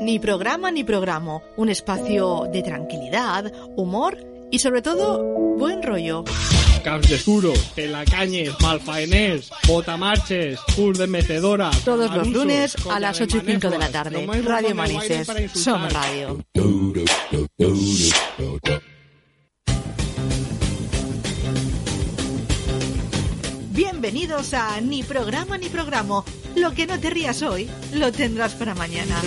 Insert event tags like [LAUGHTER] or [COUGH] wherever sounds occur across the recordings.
Ni programa ni programa. Un espacio de tranquilidad, humor y sobre todo buen rollo. Caps de Suro, Pelacanyes, Malfaenés, Botamarches, Curs de Mecedora. Todos los lunes a las 8 y 5 de la tarde. Radio Manises. Somos Radio. Bienvenidos a Ni programa ni programa. Lo que no te rías hoy, lo tendrás para mañana.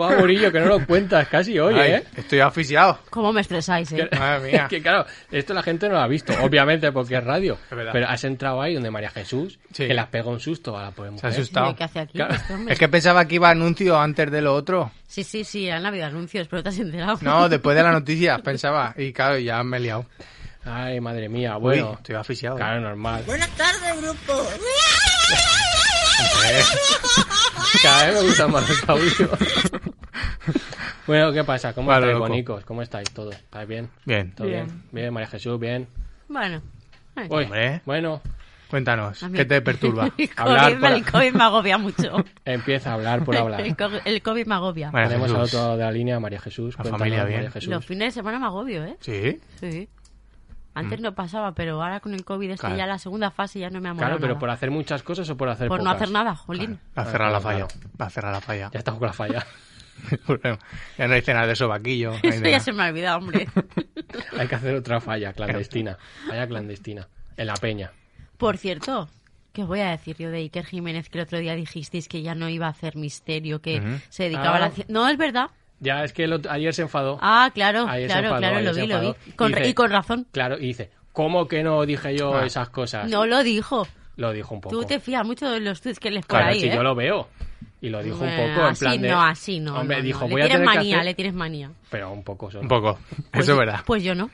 Va, Murillo, que no lo cuentas casi hoy, Ay, ¿eh? Estoy asfixiado. ¿Cómo me estresáis, eh? [LAUGHS] Madre mía. Que claro, esto la gente no lo ha visto, obviamente, porque es radio. Es verdad. pero has entrado ahí donde María Jesús, Sí. que las pega un susto a la pobre Se ha mujer. asustado. ¿Qué hace aquí? Claro. este hombre? Es que pensaba que iba anuncio antes de lo otro. Sí, sí, sí, han habido anuncios, pero te has enterado. No, después de la noticia, pensaba. Y claro, ya me he liado. Ay, madre mía, Uy, bueno. estoy asfixiado. Claro, normal. [LAUGHS] Eh, Cada vez me gustan más los [LAUGHS] audios. bueno, ¿qué pasa? ¿Cómo Vale, estáis, loco. bonicos? ¿Cómo estáis todos? ¿Estáis bien? Bien. ¿Todo bien? Bien. Bien, María Jesús, bien. [LAUGHS] Bueno. Ay, Uy, Hombre. Bueno, Cuéntanos, a mí- ¿qué te perturba? [LAUGHS] El COVID, Hablar me- por- el COVID me agobia mucho. empieza a hablar [LAUGHS] por [LAUGHS] hablar. El, co- el COVID me agobia. María Tenemos al Jesús. otro lado de la línea, María Jesús. La Cuéntanos, familia bien. María Jesús. Los fines de semana me agobio, ¿eh? Sí. Sí. Mm. Antes no pasaba, pero ahora con el COVID este Claro. ya la segunda fase ya no me ha Claro, molado pero nada. por hacer muchas cosas o por hacer Por no pocas? hacer nada, [LAUGHS] jolín. Va a cerrar la falla. Va a cerrar la falla. [LAUGHS] Ya estamos con la falla. ya no dice nada de sobaquillo. no dice Eso ya nada. se me ha [LAUGHS] olvidado, hombre. Hay que hacer otra falla clandestina. Falla clandestina. En la peña. Por cierto, ¿qué os voy a decir yo de Iker Jiménez que el otro día dijisteis que ya no iba a hacer misterio, que Ujú. se dedicaba a Ah. la... ci- No, es verdad. Ya es que el otro- ayer se enfadó. Ah, claro, Ayer se claro, enfadó, claro, ayer lo se vi, lo enfadó. vi. Con- dice- y con razón. Claro, y dice, ¿cómo que no dije yo Ah. esas cosas? No lo dijo. Lo dijo un poco. Tú te fías mucho de los tweets que les por Claro, ahí, si ¿eh? yo lo veo. Y lo dijo Bueno, un poco, en así plan de... no, así no. Hombre, no, no. dijo, le voy a tienes tener que manía, hacer- le tienes manía. [LAUGHS] Pero un poco solo. Un poco. Pues Eso es yo- verdad. Pues yo no.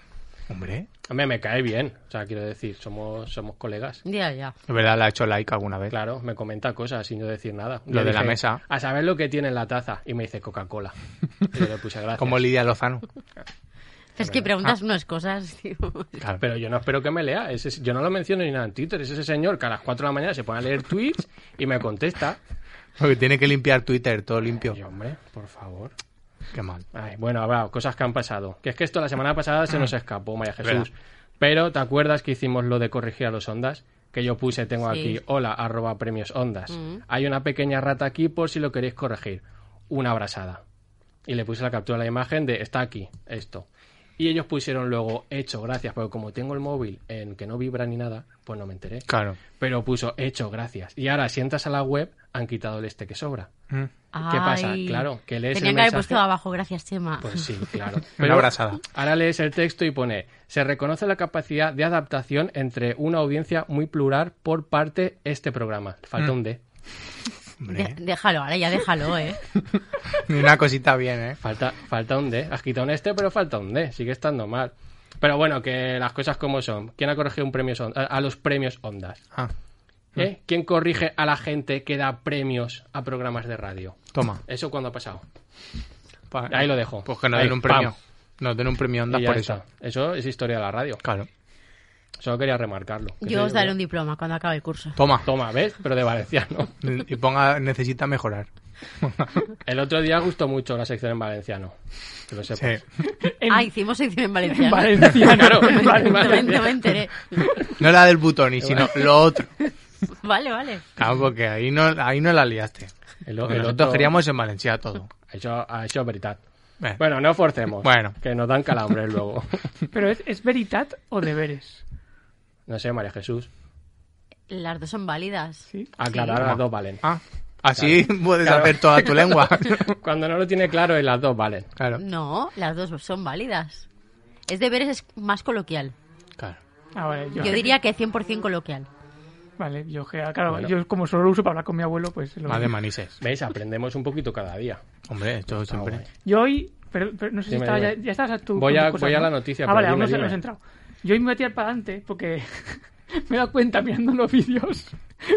Hombre. Hombre, me cae bien. O sea, quiero decir, somos, somos colegas. Ya, ya. Es verdad, le ha hecho like alguna vez. Claro, me comenta cosas sin yo decir nada. Lo Le de la dije, mesa. A saber lo que tiene en la taza. Y me dice [LAUGHS] Coca-Cola. Y yo le puse gracias. Como Lidia Lozano. Es que preguntas unas cosas, [LAUGHS] tío. Claro. Pero yo no espero que me lea. Ese es- yo no lo menciono ni nada en Twitter. Es ese señor que a las 4 de la mañana se pone a leer tweets y me contesta. Porque tiene que limpiar Twitter, todo limpio. Y yo, hombre, por favor. Qué mal. Ay, bueno, habrá cosas que han pasado. Que es que esto la semana pasada se nos escapó, María Jesús. Verdad. Pero ¿te acuerdas que hicimos lo de corregir a los ondas? Que yo puse, tengo Sí. aquí, hola, arroba premios ondas. Hay una pequeña rata aquí por si lo queréis corregir. Una abrazada. Y le puse la captura de la imagen de, está aquí, esto. Y ellos pusieron luego, hecho, gracias, porque como tengo el móvil en que no vibra ni nada, pues no me enteré. Claro. Pero puso, hecho, gracias. Y ahora, si entras a la web, han quitado el este que sobra. Mm. ¿Qué pasa? Ay. Claro, que lees Tenían el que haber mensaje. puesto abajo, gracias, Chema. Pues [LAUGHS] sí, claro. abrazada. Ahora lees el texto y pone, se reconoce la capacidad de adaptación entre una audiencia muy plural por parte este programa. Falta Mm. un D. Hombre. De- déjalo, ahora ya déjalo, [LAUGHS] ¿eh? Ni una cosita bien, ¿eh? Falta, falta un D. Has quitado un este, pero falta un D. Sigue estando mal. Pero bueno, que las cosas como son. ¿Quién ha corregido un premio Son- a, a los premios Ondas? Ah, ¿Eh? ¿Quién corrige a la gente que da premios a programas de radio? toma. ¿Eso cuando ha pasado? Pa- Ahí lo dejo. Pues que nos Ahí, den un pam. premio. Nos den un premio Ondas Y ya por está. eso. Eso es historia de la radio. Claro. Solo quería remarcarlo. Que Yo sí, os daré un diploma cuando acabe [LAUGHS] el curso. Toma. Toma, ¿ves? Pero de valenciano. Y ponga, necesita mejorar. El otro día gustó mucho la sección en valenciano. Que lo sepas. Ah, hicimos sección [LAUGHS] en valenciano. Valenciano. Claro, vale, [LAUGHS] No me- no me valenciano. enteré. [LAUGHS] No la del Butoni, sino lo otro. Vale, vale. Claro, porque ahí no, ahí no la liaste. El, Porque el nosotros otro- queríamos en Valencia todo. Això, això és veritat. Eh, Bueno, no forcemos. Bueno. Que nos dan calambres luego. Pero es, es veritat o deberes. No sé, María Jesús. Las dos son válidas. Sí. Aclarar las dos valen. Ah, así puedes Claro. hacer toda [LAUGHS] tu lengua. Cuando no lo tiene claro, en las dos valen. Claro. No, las dos son válidas. Es deberes es más coloquial. claro. Ah, vale. Yo, Yo diría que 100% coloquial. Vale, yo que, claro, Bueno. yo como solo lo uso para hablar con mi abuelo, pues lo Más de manises. ¿Veis? Aprendemos un poquito cada día. Hombre, esto siempre. guay. Yo hoy, pero, pero no sé si Dime, estaba, dime. ya, ya estabas tú. Voy con a- tus cosas, voy a ¿no? la noticia, Ah, pero vale, dime, aún no se- dime. no se ha entrado. Yo hoy me voy a tirar para adelante porque [LAUGHS] me he dado cuenta mirando los vídeos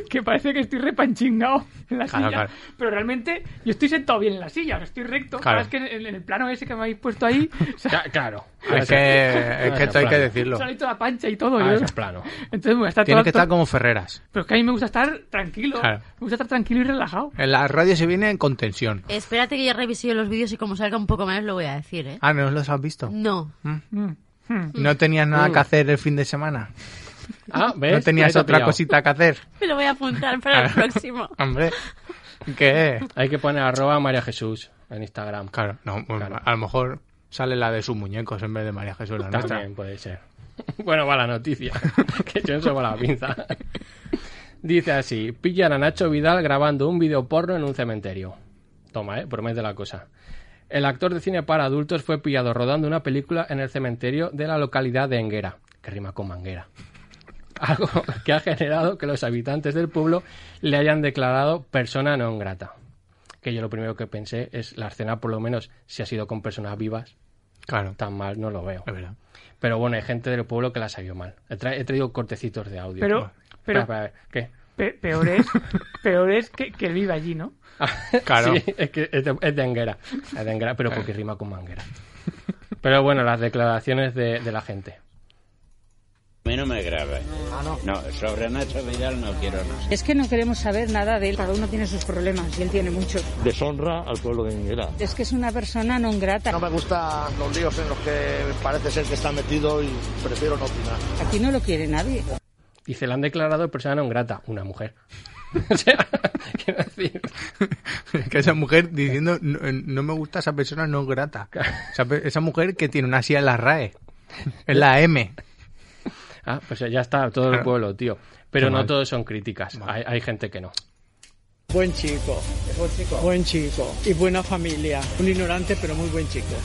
que parece que estoy repanchingado en la Claro, silla. claro. Pero realmente yo estoy sentado bien en la silla, o sea, estoy recto. Claro. Ahora Es que en, en el plano ese que me habéis [LAUGHS] puesto ahí, o sea, Ca- Claro. Es [LAUGHS] que, es que esto hay que decirlo. sale toda la pancha y todo. Ah, yo- eso es plano. Entonces me voy a estar Tiene todo- que estar como Ferreras. Pero es que a mí me gusta estar tranquilo. Claro. Me gusta estar tranquilo y relajado. En la radio se viene con tensión. Espérate que ya revisé yo los vídeos y como salga un poco menos lo voy a decir, ¿eh? Ah, ¿no los has visto? No. Mm, mm. ¿No tenías nada Mm. que hacer el fin de semana? Ah, ¿ves? ¿No tenías Ahí te he otra pillado. cosita que hacer? Me lo voy a apuntar para [LAUGHS] el próximo. Hombre, ¿qué? Hay que poner arroba María Jesús en Instagram. Claro, no, bueno, Claro. a lo mejor sale la de sus muñecos en vez de María Jesús, la nuestra. También puede ser. [LAUGHS] Bueno, va la noticia. [LAUGHS] que yo soy la pinza. Dice así: pillan a Nacho Vidal grabando un video porno en un cementerio. Toma, eh, promete la cosa. El actor de cine para adultos fue pillado rodando una película en el cementerio de la localidad de Enguera, que rima con manguera. [LAUGHS] Algo que ha generado que los habitantes del pueblo le hayan declarado persona no grata. Que yo lo primero que pensé es la escena, por lo menos, si ha sido con personas vivas, Claro, tan mal no lo veo. es verdad. Pero bueno, hay gente del pueblo que la salió mal. He, tra- he traído cortecitos de audio. Ah, Pero, pero Espera, espera, ¿Qué? pe- [LAUGHS] peor es, peor es que, que él viva allí, ¿no? [LAUGHS] Claro. Sí, es que es de, es de Anguera. Es de Anguera, pero porque rima con manguera. Pero bueno, las declaraciones de, de la gente. A mí no me grabes. no. sobre Nacho Vidal no quiero nada. Es que no queremos saber nada de él. Cada uno tiene sus problemas y él tiene muchos. deshonra al pueblo de Enguera. Es que es una persona non grata. No me gustan los líos en los que parece ser que está metido y prefiero no opinar. Aquí no lo quiere nadie. Y se la han declarado persona no grata, una mujer. [LAUGHS] o sea, [LAUGHS] quiero decir. [LAUGHS] que esa mujer diciendo, no, eh, no me gusta esa persona no grata. Esa, pe- esa mujer que tiene una silla en la RAE. Es la M. Ah, pues ya está, todo el Claro. pueblo, tío. Pero Qué no mal. todos son críticas. Hay, hay gente que no. Buen chico. Buen chico. Y buena familia. Un ignorante, pero muy buen chico.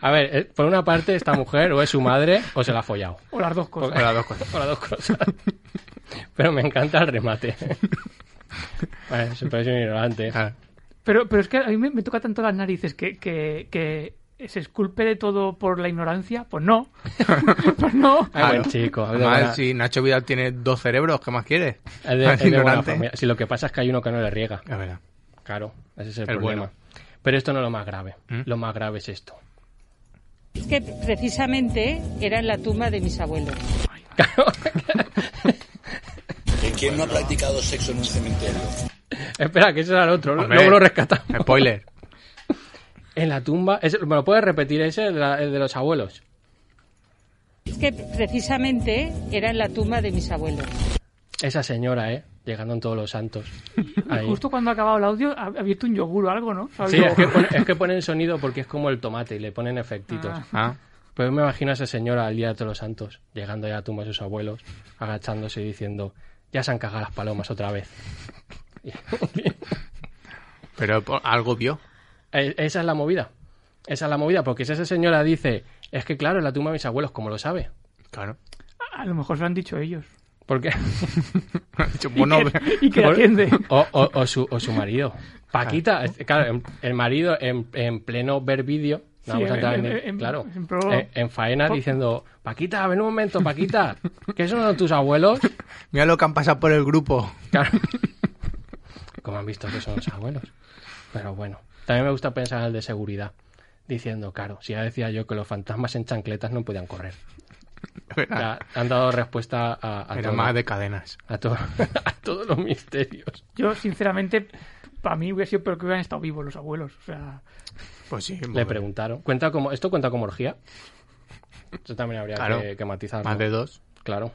A ver, eh, por una parte, esta mujer o es su madre o se la ha follado. O las dos cosas. O las dos cosas. O las dos cosas. [LAUGHS] Pero me encanta el [LAUGHS] remate. Vale, se parece un ignorante. Claro. Pero, pero es que a mí me, me toca tanto las narices que, que, que se esculpe de todo por la ignorancia. Pues [LAUGHS] no. pues no. Ah, buen Claro. chico. Es de Además, buena- si Nacho Vidal tiene dos cerebros, ¿qué más quieres? es de- es de buena Ah, [LAUGHS] Ignorante. familia. Si lo que pasa es que hay uno que no le riega. Es verdad. Claro, ese es el, El problema. bueno. Pero esto no es lo más grave. ¿Mm? Lo más grave es esto. Es que precisamente era en la tumba de mis abuelos. ¿Quién no ha practicado sexo en un cementerio? Espera, que ese era el otro. Lo- Hombre. Luego lo rescatamos. Spoiler. En la tumba. ese- ¿Me lo puedes repetir ese, el, el de los abuelos? Es que precisamente era en la tumba de mis abuelos. Esa señora, ¿eh? Llegando en todos los [LAUGHS] santos. Ahí. Justo cuando ha acabado el audio, ha ha abierto un yogur o algo, ¿no? Ha Sí, habido- es que, pone- es que ponen sonido porque es como el tomate y le ponen efectitos. Ah. Ah, Pero yo me imagino a esa señora al día de todos los santos, llegando ya a la tumba de sus abuelos, agachándose y diciendo, ya se han cagado las palomas otra vez. pero por- algo vio. Eh, Esa es la movida. Esa es la movida, porque si esa señora dice, es que claro, en la tumba de mis abuelos, como lo sabe? [LAUGHS] Claro. A lo mejor se lo han dicho ellos. Porque... Ha dicho, bueno, [LAUGHS] Y [LAUGHS] que Por- atiende. O, o- o su, o su marido. Paquita, es- claro, en- el marido en, en pleno ver vídeo, no Sí, vamos a en- entrar en, en- el- en- claro, en pro- en, en faena diciendo, Paquita, ven un momento, Paquita, que son de tus [LAUGHS] abuelos. [LAUGHS] mira lo que han pasado por el grupo. [LAUGHS] Claro. Como han visto que son los abuelos. Pero bueno, también me gusta pensar en el de seguridad. Diciendo, claro, si ya decía yo que los fantasmas en chancletas no podían correr. Ya han dado respuesta a, a, Era todo, más de cadenas. a, todo- [LAUGHS] a todos los misterios. Yo, sinceramente, para mí hubiera sido peor que hubieran estado vivos los abuelos. O sea, Pues sí. Le bueno, preguntaron. ¿Cuenta como, ¿Esto cuenta como orgía? Eso también habría Claro. que, que matizarlo. Más de dos. Claro.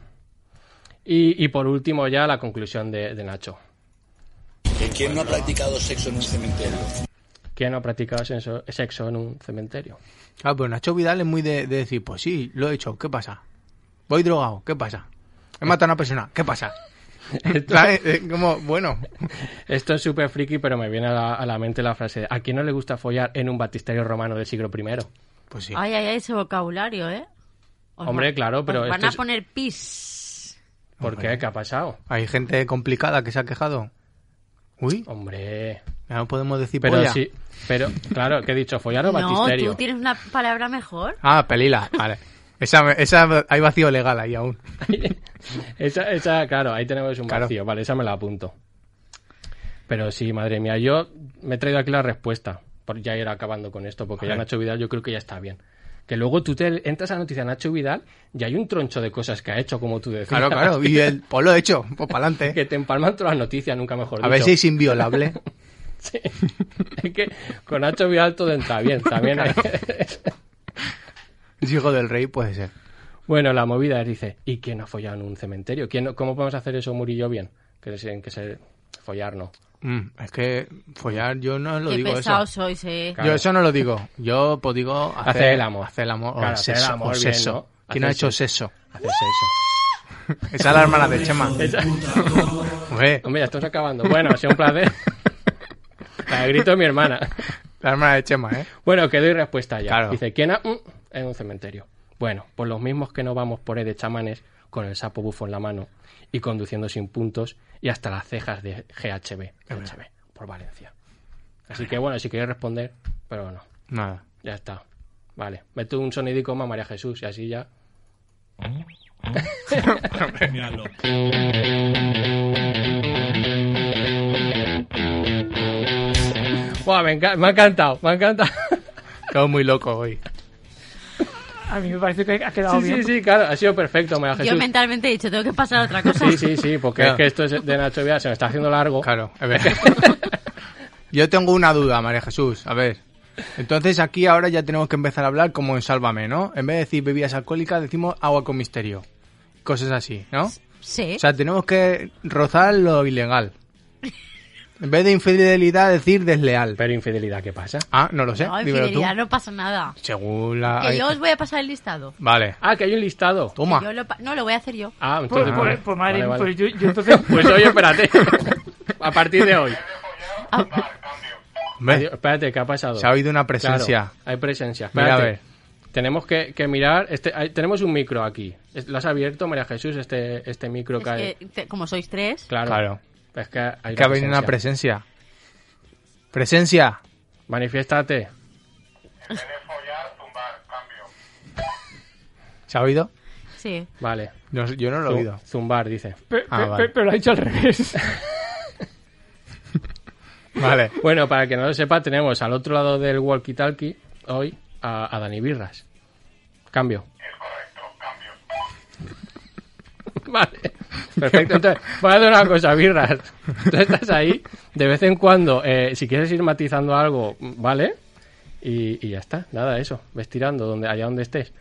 Y, y por último, ya la conclusión de, de Nacho. ¿Quién no ha practicado sexo en un cementerio? ¿Quién no ha practicado senso- sexo en un cementerio? Ah, pero Nacho Vidal es muy de, de decir, pues sí, lo he hecho, ¿qué pasa? Voy drogado, ¿qué pasa? Eh. He matado a una persona, [LAUGHS] ¿qué pasa? [LAUGHS] La- eh, eh, como, bueno, Esto es súper friki, pero me viene a la, a la mente la frase: ¿A quién no le gusta follar en un baptisterio romano del siglo I? pues sí. Ay, ay, ay, ese vocabulario, ¿eh? Os Hombre, va- claro, pero os van esto a es- poner pis. ¿Por qué? ¿Qué ha pasado? Hay gente complicada que se ha quejado. Uy, Hombre. ya no podemos decir Pero polla. sí. Pero, claro, que he dicho? ¿Follar o [LAUGHS] No, baptisterio? tú tienes una palabra mejor. Ah, pelila, vale. Esa, esa, hay vacío legal ahí aún. Esa, esa, claro, ahí tenemos un Claro. vacío. Vale, esa me la apunto. Pero sí, madre mía, yo me he traído aquí la respuesta. Por ya ir acabando con esto, porque ya Vale. Nacho Vidal yo creo que ya está bien. Que luego tú te entras a la noticia de Nacho Vidal y hay un troncho de cosas que ha hecho, como tú decías. [LAUGHS] [LAUGHS] Claro, claro. Y el, pues lo he hecho, pues para adelante. Que te empalman todas las noticias, nunca mejor dicho. A ver si es inviolable. [LAUGHS] Es que con Nacho Vidal todo entra bien, también. hay- Es hijo del rey, puede ser. [LAUGHS] Bueno, la movida es, dice, ¿y quién ha follado en un cementerio? ¿Quién, no- ¿Cómo podemos hacer eso, Murillo, bien? Que se, que se follar, no. Mm, es que follar, yo no lo Qué digo pesados eso. sois, eh. Claro. Yo eso no lo digo. Yo pues digo hacer, Hacer el amor. Hacer el amor. oh, o Claro, hacer el sexo. amor o bien, sexo. ¿no? ¿Quién ha Hacer hecho sexo. [LAUGHS] sexo? Hacer sexo. Esa es la hermana de Chema. Esa- [LAUGHS] Hombre, [LAUGHS] Hombre, ya estamos acabando. Bueno, ha sido un placer. La de grito de mi hermana. la hermana de Chema, ¿eh? Bueno, que doy respuesta ya. Claro. Dice, ¿quién ha...? mm, en un cementerio. Bueno, pues los mismos que no vamos por ahí de chamanes con el sapo bufo en la mano y conduciendo sin puntos y hasta las cejas de GHB. GHB, por Valencia. Así que bueno, si queréis responder, pero no. Nada. Ya está. Vale. Mete un sonidico más María Jesús y así ya. Buah, me, enca- me ha encantado, me ha encantado. Quedo muy loco hoy. A mí me parece que ha quedado Sí, sí, bien. sí, claro, ha sido perfecto, María Yo Ah, Jesús. mentalmente he dicho, tengo que pasar a otra cosa. Sí, sí, sí, porque Claro. es que esto es de Nacho Vidal se me está haciendo largo. Claro, a [LAUGHS] ver. Yo tengo una duda, María Jesús. A ver. Entonces aquí ahora ya tenemos que empezar a hablar como en Sálvame, ¿no? En vez de decir bebidas alcohólicas, decimos agua con misterio. Cosas así, ¿no? Sí. O sea, tenemos que rozar lo ilegal. En vez de infidelidad, decir desleal. Pero infidelidad, ¿qué pasa? Ah, no lo sé. no, dímelo tú. Ah, infidelidad, no pasa nada. Según la... Que yo os voy a pasar el listado. Vale. Ah, que hay un listado. Que Toma. yo lo pa- no, lo voy a hacer yo. Ah, Pues, entonces. pues- vale. pues madre, Vale, vale. pues yo, yo entonces... Pues oye, espérate. [LAUGHS] A partir de hoy. Hombre, Adiós, espérate, ¿qué ha pasado? Se ha oído una presencia. Claro, hay presencia. Mira, Espérate. a ver. Tenemos que, que mirar. Este, hay- tenemos un micro aquí. Es- ¿Lo has abierto, María Jesús, este, este micro Es que hay? que, te- como sois tres, Claro. Claro. Es que hay Que ha venido una presencia. Presencia. Manifiéstate. ¿Se ha oído? sí. Vale. No, yo no lo he Zu- oído. Zumbar, dice. pe- pe- Ah, vale. pe- Pero lo ha dicho al revés. [LAUGHS] Vale. Bueno, para que no lo sepa, tenemos al otro lado del walkie-talkie hoy a, a Dani Birras. Cambio. [LAUGHS] Vale, perfecto. Entonces, voy a hacer una cosa, Birras. Tú estás ahí, de vez en cuando, eh, si quieres ir matizando algo, vale. Y, y ya está, nada, eso. Ves tirando donde, allá donde estés.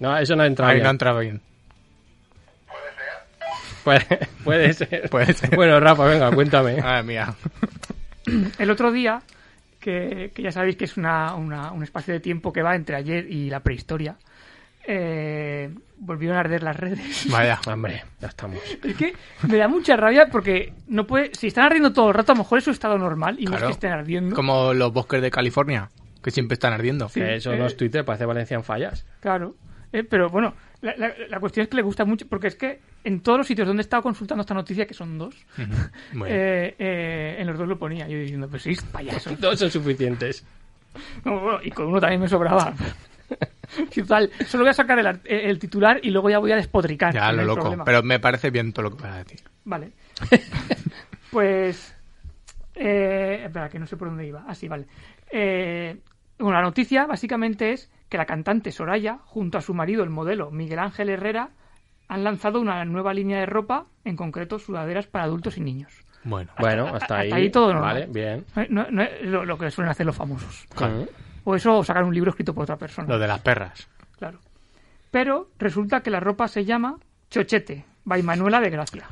No, eso no entra Ahí bien. no entraba bien. puede, puede ser. [LAUGHS] Puede ser. Bueno, Rafa, venga, cuéntame. Madre mía. El otro día, que, que ya sabéis que es una- una- un espacio de tiempo que va entre ayer y la prehistoria, eh, volvieron a arder las redes. [LAUGHS] Vaya. Hombre, ya estamos. Es que me da mucha rabia porque no puede. Si están ardiendo todo el rato, a lo mejor es su estado normal y no es Claro. que estén ardiendo. Como los bosques de California, que siempre están ardiendo. Sí. Que eso no es Twitter, parece Valencia en fallas. [LAUGHS] Claro. Eh, pero bueno, la, la- la cuestión es que le gusta mucho, porque es que en todos los sitios donde he estado consultando esta noticia, que son dos, Bueno. eh, eh, en los dos lo ponía. Yo diciendo, pues sí, payasos. Dos son suficientes. No, bueno, y con uno también me sobraba. Sí, Total, solo voy a sacar el, ar- eh, el titular y luego ya voy a despotricar. ya, Ah, no lo hay loco. problema. Pero me parece bien todo lo que vas a decir. Vale. pues. Eh, espera, que no sé por dónde iba. Así, vale. Eh, bueno, la noticia básicamente es que la cantante Soraya, junto a su marido, el modelo Miguel Ángel Herrera, han lanzado una nueva línea de ropa, en concreto sudaderas para adultos y niños. Bueno. Bueno, hasta a- ahí. hasta ahí todo Vale, normal. bien. Mm. Eh, No, no es lo, lo que suelen hacer los famosos. Claro. O eso, o sacar un libro escrito por otra persona. Lo de las perras. Claro. Pero resulta que la ropa se llama Chochete, by Manuela de Gracia,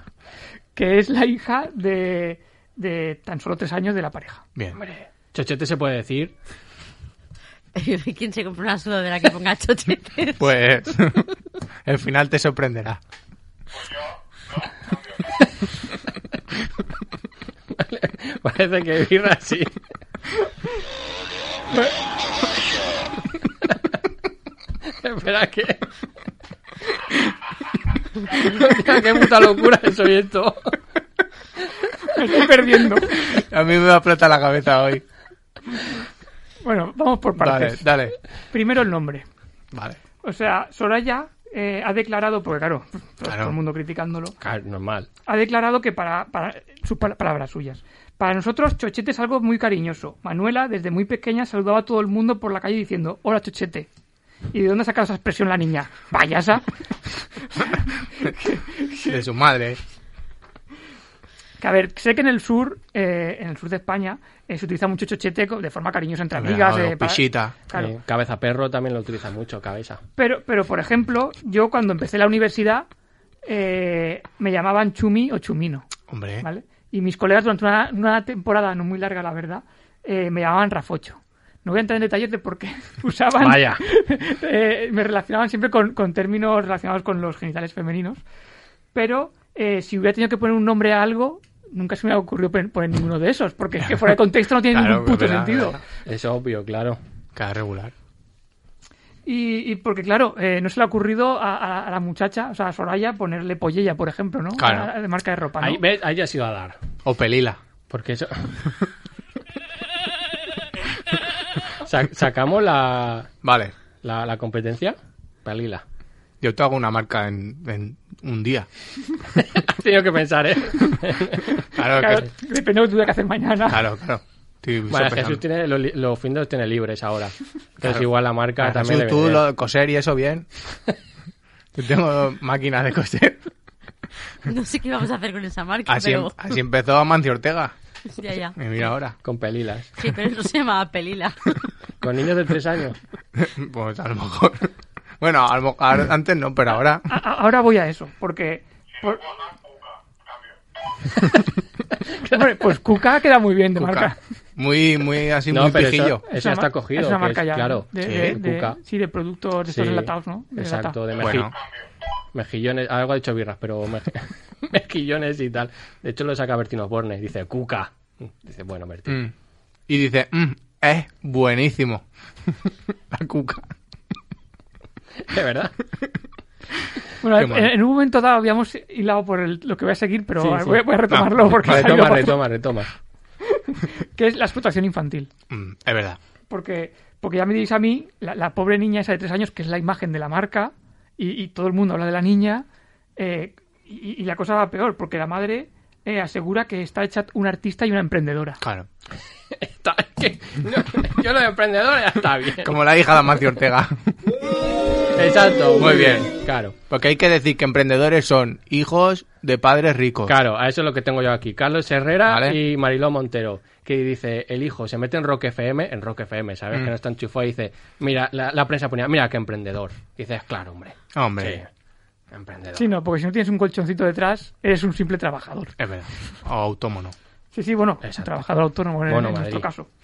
que es la hija de, de tan solo tres años de la pareja. [LAUGHS] Bien. Chochete se puede decir. [LAUGHS] ¿Quién se compra una sudadera que ponga chochete? Pues [LAUGHS] el final te sorprenderá. [LAUGHS] Parece que birra [LAUGHS] así. Espera, que. Hostia, qué puta locura soy esto. Me estoy perdiendo. A mí me va a explotar la cabeza hoy. Bueno, vamos por Vale, partes. dale. Primero el nombre. Vale. O sea, Soraya eh, ha declarado, porque claro, todo el mundo criticándolo, Claro, normal. ha declarado que para, para sus pal- palabras suyas. Para nosotros, Chochete es algo muy cariñoso. Manuela, desde muy pequeña, saludaba a todo el mundo por la calle diciendo, hola Chochete. ¿Y de dónde ha sacado esa expresión la niña? Payasa. De su madre. Que a ver, sé que en el sur, eh, en el sur de España, eh, se utiliza mucho chochete co- de forma cariñosa entre amigas. eh, para- Claro. Sí, Eh, cabeza perro también lo utiliza mucho, cabeza. Pero, pero, por ejemplo, yo cuando empecé la universidad eh, me llamaban Chumi o Chumino. ¿Eh? Hombre. ¿vale? Y mis colegas durante una, una temporada, no muy larga la verdad, eh, me llamaban Rafocho. No voy a entrar en detalles de por qué [LAUGHS] usaban... Vaya. [LAUGHS] eh, me relacionaban siempre con, con términos relacionados con los genitales femeninos. Pero eh, si hubiera tenido que poner un nombre a algo, nunca se me ha ocurrido poner, poner ninguno de esos, porque es que fuera de contexto no tiene Claro, ningún puto es verdad, sentido. verdad. Es obvio, claro. Cada regular. Y, y porque, claro, eh, no se le ha ocurrido a, a- a la muchacha, o sea, a Soraya, ponerle pollella, por ejemplo, ¿no? Claro. A- a- de marca de ropa, ¿no? Ahí, ¿ves? Ahí ya se iba a dar. O Pelila. Porque eso. Sa- sacamos la. Vale. La, la competencia. Palila. [LAUGHS] Yo te hago una marca en, en un día. Has tenido que pensar, [LAUGHS] ¿eh? Claro, Claro, que- depende de lo que tuviera que [LAUGHS] hacer mañana. claro. claro. Estoy Bueno, sopesando. Jesús tiene. Los, li- los fin de los tiene libres ahora. Entonces, Claro. igual la marca Para también. Jesús, le tú vendría. lo- coser y [LAUGHS] eso bien. Yo tengo máquina de coser. [LAUGHS] No sé qué vamos a hacer con esa marca, Así, em, pero... así empezó Amancio Ortega. [LAUGHS] ya, ya. Y mira ahora. Con pelilas. Sí, pero no se llama Pelila. [LAUGHS] Con niños de tres [LAUGHS] años. Pues a lo mejor. Bueno, a lo mejor- antes no, pero ahora. A- a- ahora voy a eso, porque... por- [LAUGHS] Hombre, pues Cuca queda muy bien de Cuca. marca. Muy, muy así, No, muy pero eso- pijillo. eso Es una ya está ma- cogido. Es una que marca es- ya. Claro. De, sí, de- de- Cuca. sí, de productos de estos Sí, enlatados, ¿no? De exacto, enlatado. de meji- Bueno. mejillones. Algo ha dicho birras, pero mej- [LAUGHS] mejillones y tal. De hecho, lo saca Bertino Borne. Dice, Cuca. Dice, bueno, Bertino. [LAUGHS] Mm. Y dice, "Mm, es [LAUGHS] buenísimo. La cuca. De verdad. Bueno, Qué en, mal. en un momento dado habíamos hilado por el- lo que voy a seguir, pero Sí, ahora sí. [LAUGHS] Ah, Voy, a- voy a retomarlo No, [LAUGHS] porque Retoma, salió- retoma, retoma. que es la explotación infantil. Mm, es verdad. Porque, porque ya me diréis a mí, la, la pobre niña esa de tres años, que es la imagen de la marca, y, y todo el mundo habla de la niña, eh, y, y la cosa va peor, porque la madre eh, asegura que está hecha una artista y una emprendedora. Claro. Está- que- [LAUGHS] no, yo lo de emprendedor ya está bien. Como la hija de Amancio Ortega. [LAUGHS] Exacto. Muy bien. Claro. Porque hay que decir que emprendedores son hijos de padres ricos. Claro, a eso es lo que tengo yo aquí. Carlos Herrera Vale. y Mariló Montero, que dice, el hijo se mete en Rock FM, en Rock FM, ¿sabes? Mm. Que no está enchufado y dice, mira, la, la prensa ponía, mira qué emprendedor. Y dices, claro, hombre. Hombre. Sí, emprendedor. Sí, no, porque si no tienes un colchoncito detrás, eres un simple trabajador. Es verdad. O autómono. Sí, sí, bueno, Exacto. trabajador autónomo en, Bueno, en nuestro Madrid. caso. [LAUGHS]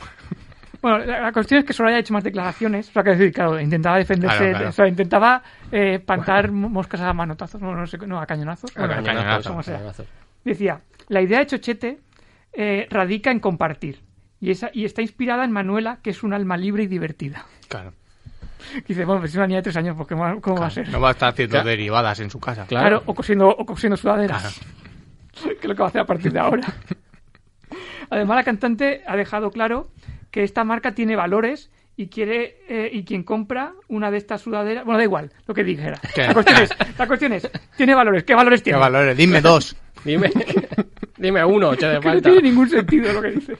Bueno, la, la cuestión es que Soraya ha hecho más declaraciones, o sea, que decir, claro, intentaba defenderse, Claro, claro. o sea, intentaba eh, pantar moscas a manotazos, no, no sé, no, a cañonazos. Ah, Bueno, cañonazo, cañonazo, como sea. cañonazo. Decía, la idea de Chochete eh, radica en compartir. Y, esa, y está inspirada en Manuela, que es un alma libre y divertida. [LAUGHS] Claro. Y dice, bueno, pero si es una niña de tres años, pues, ¿cómo, va- cómo va a ser? No va a estar haciendo Claro. derivadas en su casa. Claro. Claro, o cosiendo, o cosiendo sudaderas. [LAUGHS] Que es lo que va a hacer a partir [LAUGHS] de ahora. Además, la cantante ha dejado claro que esta marca tiene valores y quiere eh, y quien compra una de estas sudaderas. Bueno, da igual lo que dijera. ¿Qué? La cuestión, es, la cuestión es: ¿tiene valores? ¿Qué valores Qué tiene? valores. [LAUGHS] Dime dos. Dime, [LAUGHS] dime uno, te hace Que no falta. tiene ningún sentido lo que dice.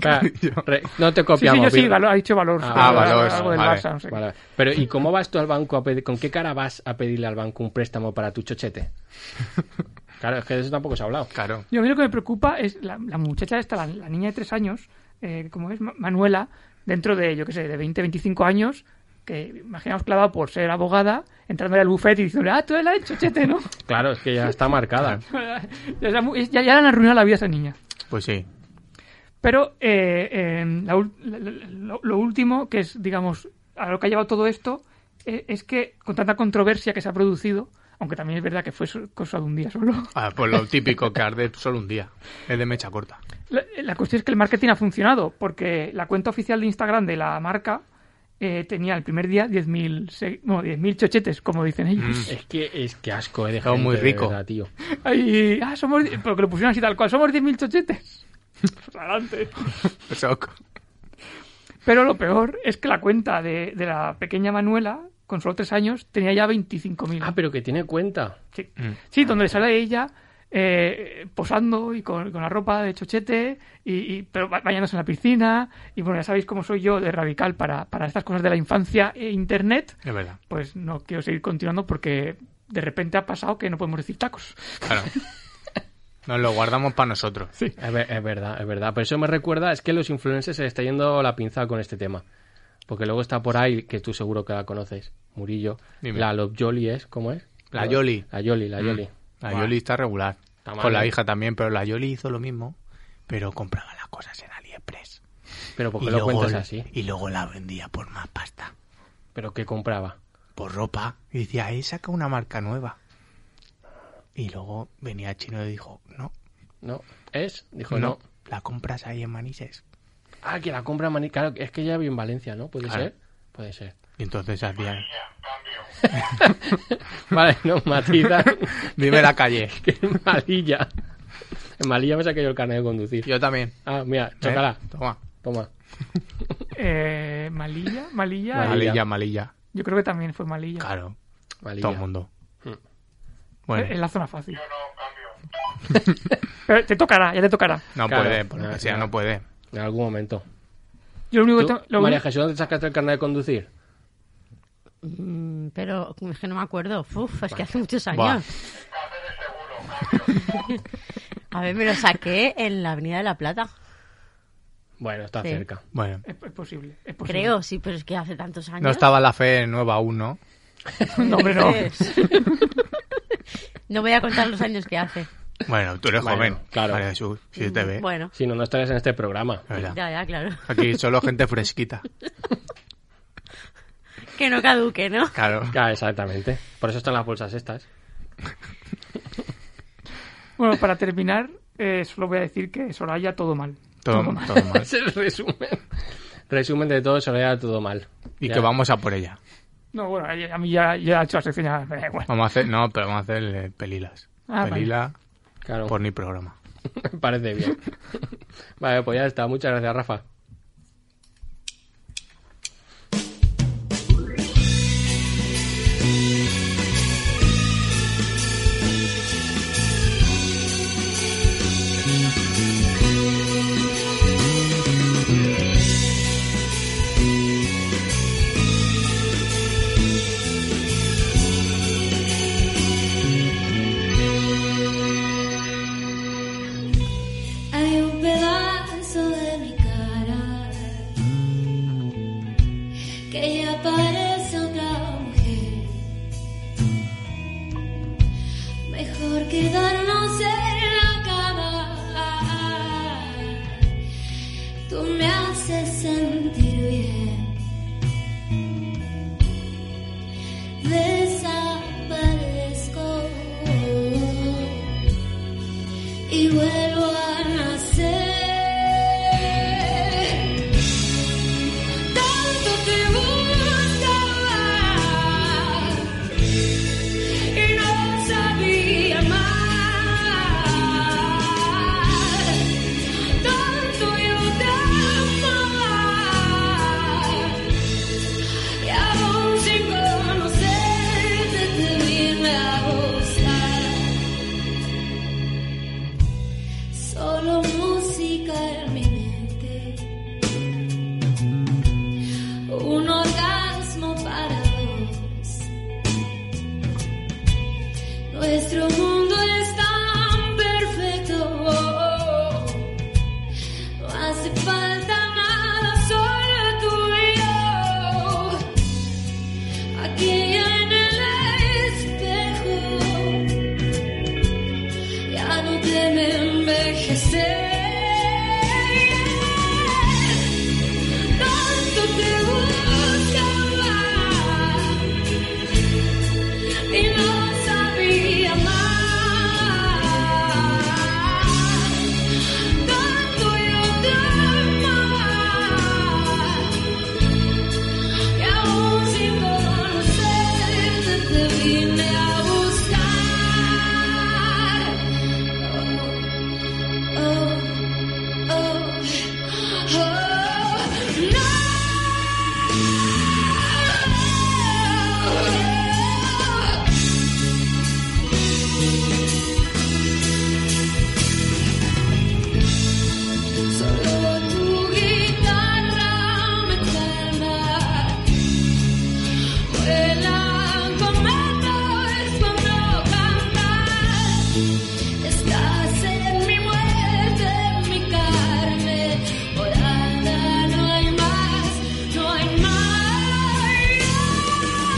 Claro, re- no te Sí, sí, yo copiamos. sí, bien. valor, ha dicho valor. Ah, algo- valor, algo del vale, Barça, no sé qué. Vale, pero ¿y cómo vas tú al banco a pedir, con qué cara vas a pedirle al banco un préstamo para tu chochete? [LAUGHS] Claro, es que de eso tampoco se ha hablado. Claro. Yo a mí lo que me preocupa es la, la muchacha esta, la, la niña de tres años, eh, como es Ma- Manuela, dentro de, yo qué sé, de 20, 25 años, que imaginamos clavado por ser abogada, entrando ahí al buffet y diciendo, ah, tú eres la del chochete, ¿no? [LAUGHS] Claro, es que ya está marcada. ya, la mu- ya- ya le han arruinado la vida a esa niña. Pues sí. Pero eh, eh, la ul- la- la- lo, lo último, que es, digamos, a lo que ha llevado todo esto, eh, es que con tanta controversia que se ha producido, aunque también es verdad que fue so- cosa de un día solo, Ah, pues lo típico que arde solo un día. Es de mecha corta. La, la cuestión es que el marketing ha funcionado, porque la cuenta oficial de Instagram de la marca eh, tenía el primer día 10.000 se- no, 10.000 chochetes, como dicen ellos. Es que, es que asco, eh, he dejado Estaba muy rico. tío. [LAUGHS] Ay, ah, somos, di- porque lo pusieron Pues así tal cual, somos 10.000 chochetes. Adelante. Shock. Pero lo peor es que la cuenta de, de la pequeña Manuela, con solo tres años, tenía ya 25.000. Ah, pero que tiene cuenta. Sí, sí donde sale ella eh, posando y con, con la ropa de chochete, y, y- pero ba- bañándose en la piscina. Y bueno, ya sabéis cómo soy yo de radical para, para estas cosas de la infancia e internet. Es verdad. Pues no quiero seguir continuando porque de repente ha pasado que no podemos decir tacos. [LAUGHS] Claro. Nos lo guardamos para nosotros. Es, ver- es verdad, es verdad. Pero eso me recuerda, es que los influencers se les está yendo la pinza con este tema. Porque luego está por ahí, que tú seguro que la conoces, Murillo. Dime. La Love Jolly es, ¿cómo es? La Yoli. La Yoli, la Mm. Yoli. La Buah. Yoli está regular. Está mal, Con la ¿eh? hija también, pero la Yoli hizo lo mismo, pero compraba las cosas en AliExpress. Pero ¿por qué Y lo luego cuentas la- así? Y luego la vendía por más pasta, ¿Pero qué compraba? por ropa. Y decía, ahí saca una marca nueva. Y luego venía el chino y dijo, no, No, es, dijo No. no. la compras ahí en Manises. Ah, que la compra Mani... Claro, es que ya vive en Valencia, ¿no? ¿Puede Claro. ser? Puede ser. [LAUGHS] Y entonces hacía, Vale, no, [LAUGHS] Matita. dime la calle. que en Malilla. En Malilla me saqué yo el carnet de conducir. Yo también. Ah, mira, chócala. ¿Eh? Toma. Toma. Eh, Malilla, Malilla. Malilla. eh, Malilla, malilla. Yo creo que también fue Malilla. Claro, Malilla. todo el mundo. Mm. Es Eh, Bueno, la zona fácil. [LAUGHS] Pero te tocará, ya te tocará. no Claro. puede, por lo No, que sea, no. no puede. En algún momento. Yo lo único que ¿Tú, tengo- lo María único- Jesús, ¿dónde sacaste el carnet de conducir? Mm, Pero es que no me acuerdo. Uf, es que hace muchos Buah. años. [LAUGHS] A ver, me lo saqué en la Avenida de la Plata. Bueno, está Sí. cerca. Bueno, es, es posible, es posible. [LAUGHS] Creo, sí, pero es que hace tantos años. Pues no estaba la fe nueva aún, ¿no? No, hombre, no. [LAUGHS] No voy a contar los años que hace. Bueno, tú eres Bueno, joven. claro. María Jesús, si te ve. Bueno, Si no, no estarías en este programa. la verdad. ya, ya, claro. Aquí solo gente fresquita. Que no caduque, ¿no? Claro. Claro, Ah, exactamente. Por eso están las bolsas estas. Bueno, para terminar, eh, solo voy a decir que Soraya todo mal. Todo, todo mal. Ese [LAUGHS] es el resumen. Resumen de todo, eso era todo mal. Y Ya. que vamos a por ella. No, bueno, a a mí ya, ya he hecho la sección, ya eh, me da igual. Vamos a hacer, no, pero vamos a hacer eh, pelilas. Ah, Pelila Claro, por mi programa. [LAUGHS] me parece bien. [LAUGHS] vale, pues ya está. Muchas gracias, Rafa. Hay un pedazo de mi cara que ya parece otra mujer. Mejor quedarnos en la cama. Tú me haces sentir bien. Desaparezco y vuelvo a nacer. Tanto te gustaba y no sabía más. Tanto yo te amaba y aún sin conocerte te vine a gozar. Oh, Oh, Oh.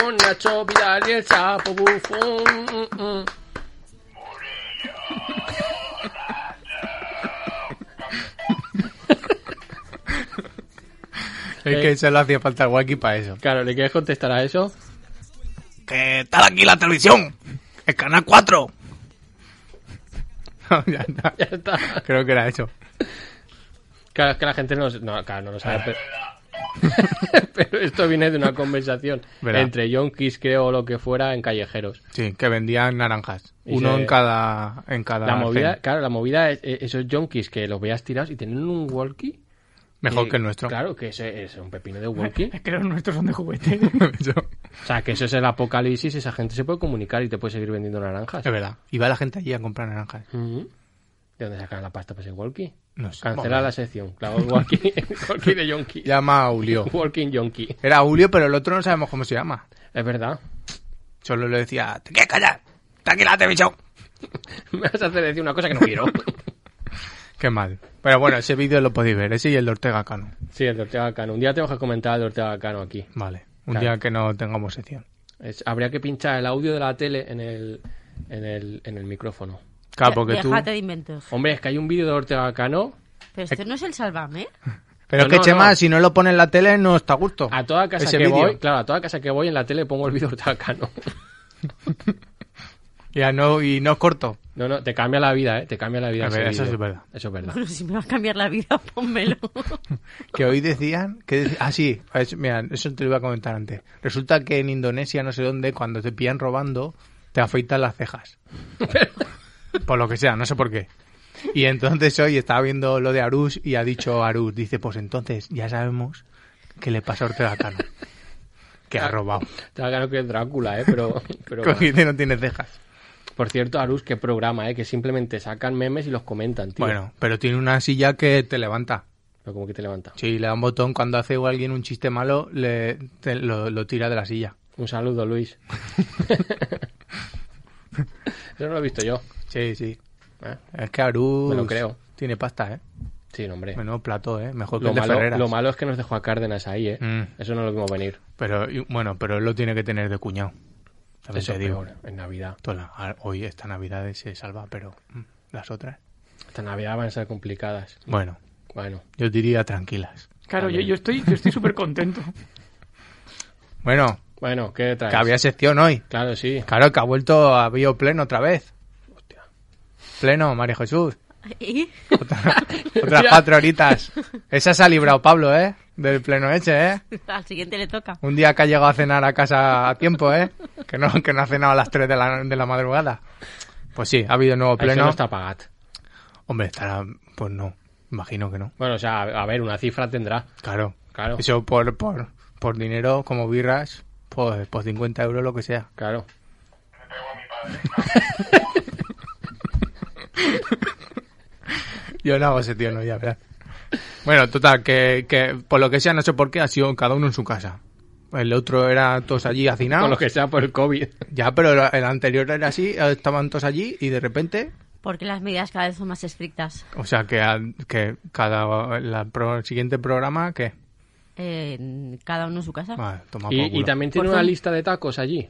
con Nacho Vidal y el sapo bufón. Mm, mm. Es que se lo hacía falta al Wacky para eso. Claro, ¿le quieres contestar a eso? [LAUGHS] Que está aquí la televisión. El canal [LAUGHS] 4. ya, está. Creo que era eso. Claro, es que la gente no, no, claro, no lo sabe, pero... [LAUGHS] pero esto viene de una conversación ¿Verdad? entre yonkis, creo, o lo que fuera, en callejeros. Sí, que vendían naranjas. Y Uno se- en cada en cada la movida, cena. claro, la movida es eh, esos yonkis que los veas tirados y tienen un walkie. Mejor que el nuestro. [LAUGHS] Claro, que ese es un pepino de walkie. Es que los nuestros son de juguete. O sea, que eso es el apocalipsis, esa gente se puede comunicar y te puede seguir vendiendo naranjas. Es verdad. Y va la gente allí a comprar naranjas. Ujú. ¿De dónde sacan la pasta para ese walkie? No sé. Cancela Hombre. la sección. Claro, el walkie, [LAUGHS] el walkie de yonki. Llama a Julio. Walking yonki. Era Julio, pero el otro no sabemos cómo se llama. Es verdad. [LAUGHS] Solo le decía, te quieres callar. Está aquí la televisión. Me vas a hacer decir una cosa que no [LAUGHS] quiero. Qué mal. Pero bueno, ese vídeo lo podéis ver, ese y el de Ortega Cano. Sí, el de Ortega Cano. Un día tengo que comentar el de Ortega Cano aquí. Vale. Un Claro. día que no tengamos sección. Es- habría que pinchar el audio de la tele en el, en el, en el micrófono. Claro, porque tú... Déjate de inventos. Hombre, es que hay un vídeo de Ortega Cano. Pero este no es el Sálvame. Pero No, es que, no, Chema, no. si no lo pone en la tele, no está a gusto. A toda casa Ese que vídeo. voy, claro, a toda casa que voy en la tele pongo el vídeo de Ortega Cano. Ya no, y no es corto. [LAUGHS] No, no, te cambia la vida, ¿eh? Te cambia la vida. A ese ver, eso vídeo. es verdad. Eso es verdad. Bueno, si me vas a cambiar la vida, [LAUGHS] pónmelo. Que hoy decían... Que dec- Ah, sí. es- mira, eso te lo iba a comentar antes. Resulta que en Indonesia, no sé dónde, cuando te pillan robando, te afeitan las [LAUGHS] cejas. por lo que sea, no sé por qué. Y entonces hoy estaba viendo lo de Arús y ha dicho Arús, dice, pues entonces ya sabemos que le pasa a Ortega Cano. Que ha robado. Ortega Cano que es Drácula, ¿eh? [LAUGHS] Pero, pero Cogiste, no tiene cejas. por cierto, Arus, qué programa, ¿eh? Que simplemente sacan memes y los comentan, tío. Bueno, pero tiene una silla que te levanta. Pero como que te levanta. Sí, le da un botón cuando hace alguien un chiste malo, le, te- lo, lo tira de la silla. Un saludo, [LAUGHS] Luis. Eso no lo he visto yo. Sí, sí. ¿eh? Es que Arús Me lo creo. tiene pasta, ¿eh? Sí, no, hombre. Menudo plató, ¿eh? Mejor que Lo el de malo, Ferreras. lo malo es que nos dejó a Cárdenas ahí, ¿eh? Mm. Eso no lo vimos venir. Pero y- bueno, pero él lo tiene que tener de cuñado. ¿Sabes Eso te es digo? peor, en Navidad. Toda la- a- hoy esta Navidad se salva, pero mm, las otras. Estas Navidades van a ser complicadas. Bueno, Bueno, yo diría tranquilas. Claro, yo, También. yo estoy yo estoy [LAUGHS] súper contento. Bueno, bueno, ¿qué traes? que había sección hoy. Claro, sí. Claro, que ha vuelto a Bio Pleno otra vez. Pleno, María Jesús. ¿Y? Otras cuatro horitas. Esa se ha librado Pablo, ¿eh? Del pleno eche, ¿eh? Al siguiente le toca. Un día que ha llegado a cenar a casa a tiempo, ¿eh? Que no, que no ha cenado a las 3 de la, de la madrugada. Pues sí, ha habido nuevo Eso pleno. no está pagat. Hombre, estará... Pues no, imagino que no. Bueno, o sea, a ver, una cifra tendrá. Claro. Claro, Eso por, por, por dinero, como birras, pues por 50 euros, lo que sea. claro. Yo no hago ese tío, no, ya verás. Bueno, total, que, que por lo que sea, no sé por qué, ha sido cada uno en su casa. El otro era todos allí hacinados. Con lo que sea por el COVID. Ya, pero la- el anterior era así, estaban todos allí y de repente, Porque las medidas cada vez son más estrictas. o sea, que, al- que cada la pro- el siguiente programa, ¿qué? Eh, cada uno en su casa. Ah, toma por Y, y culo. también tiene Por una fin. lista de tacos allí.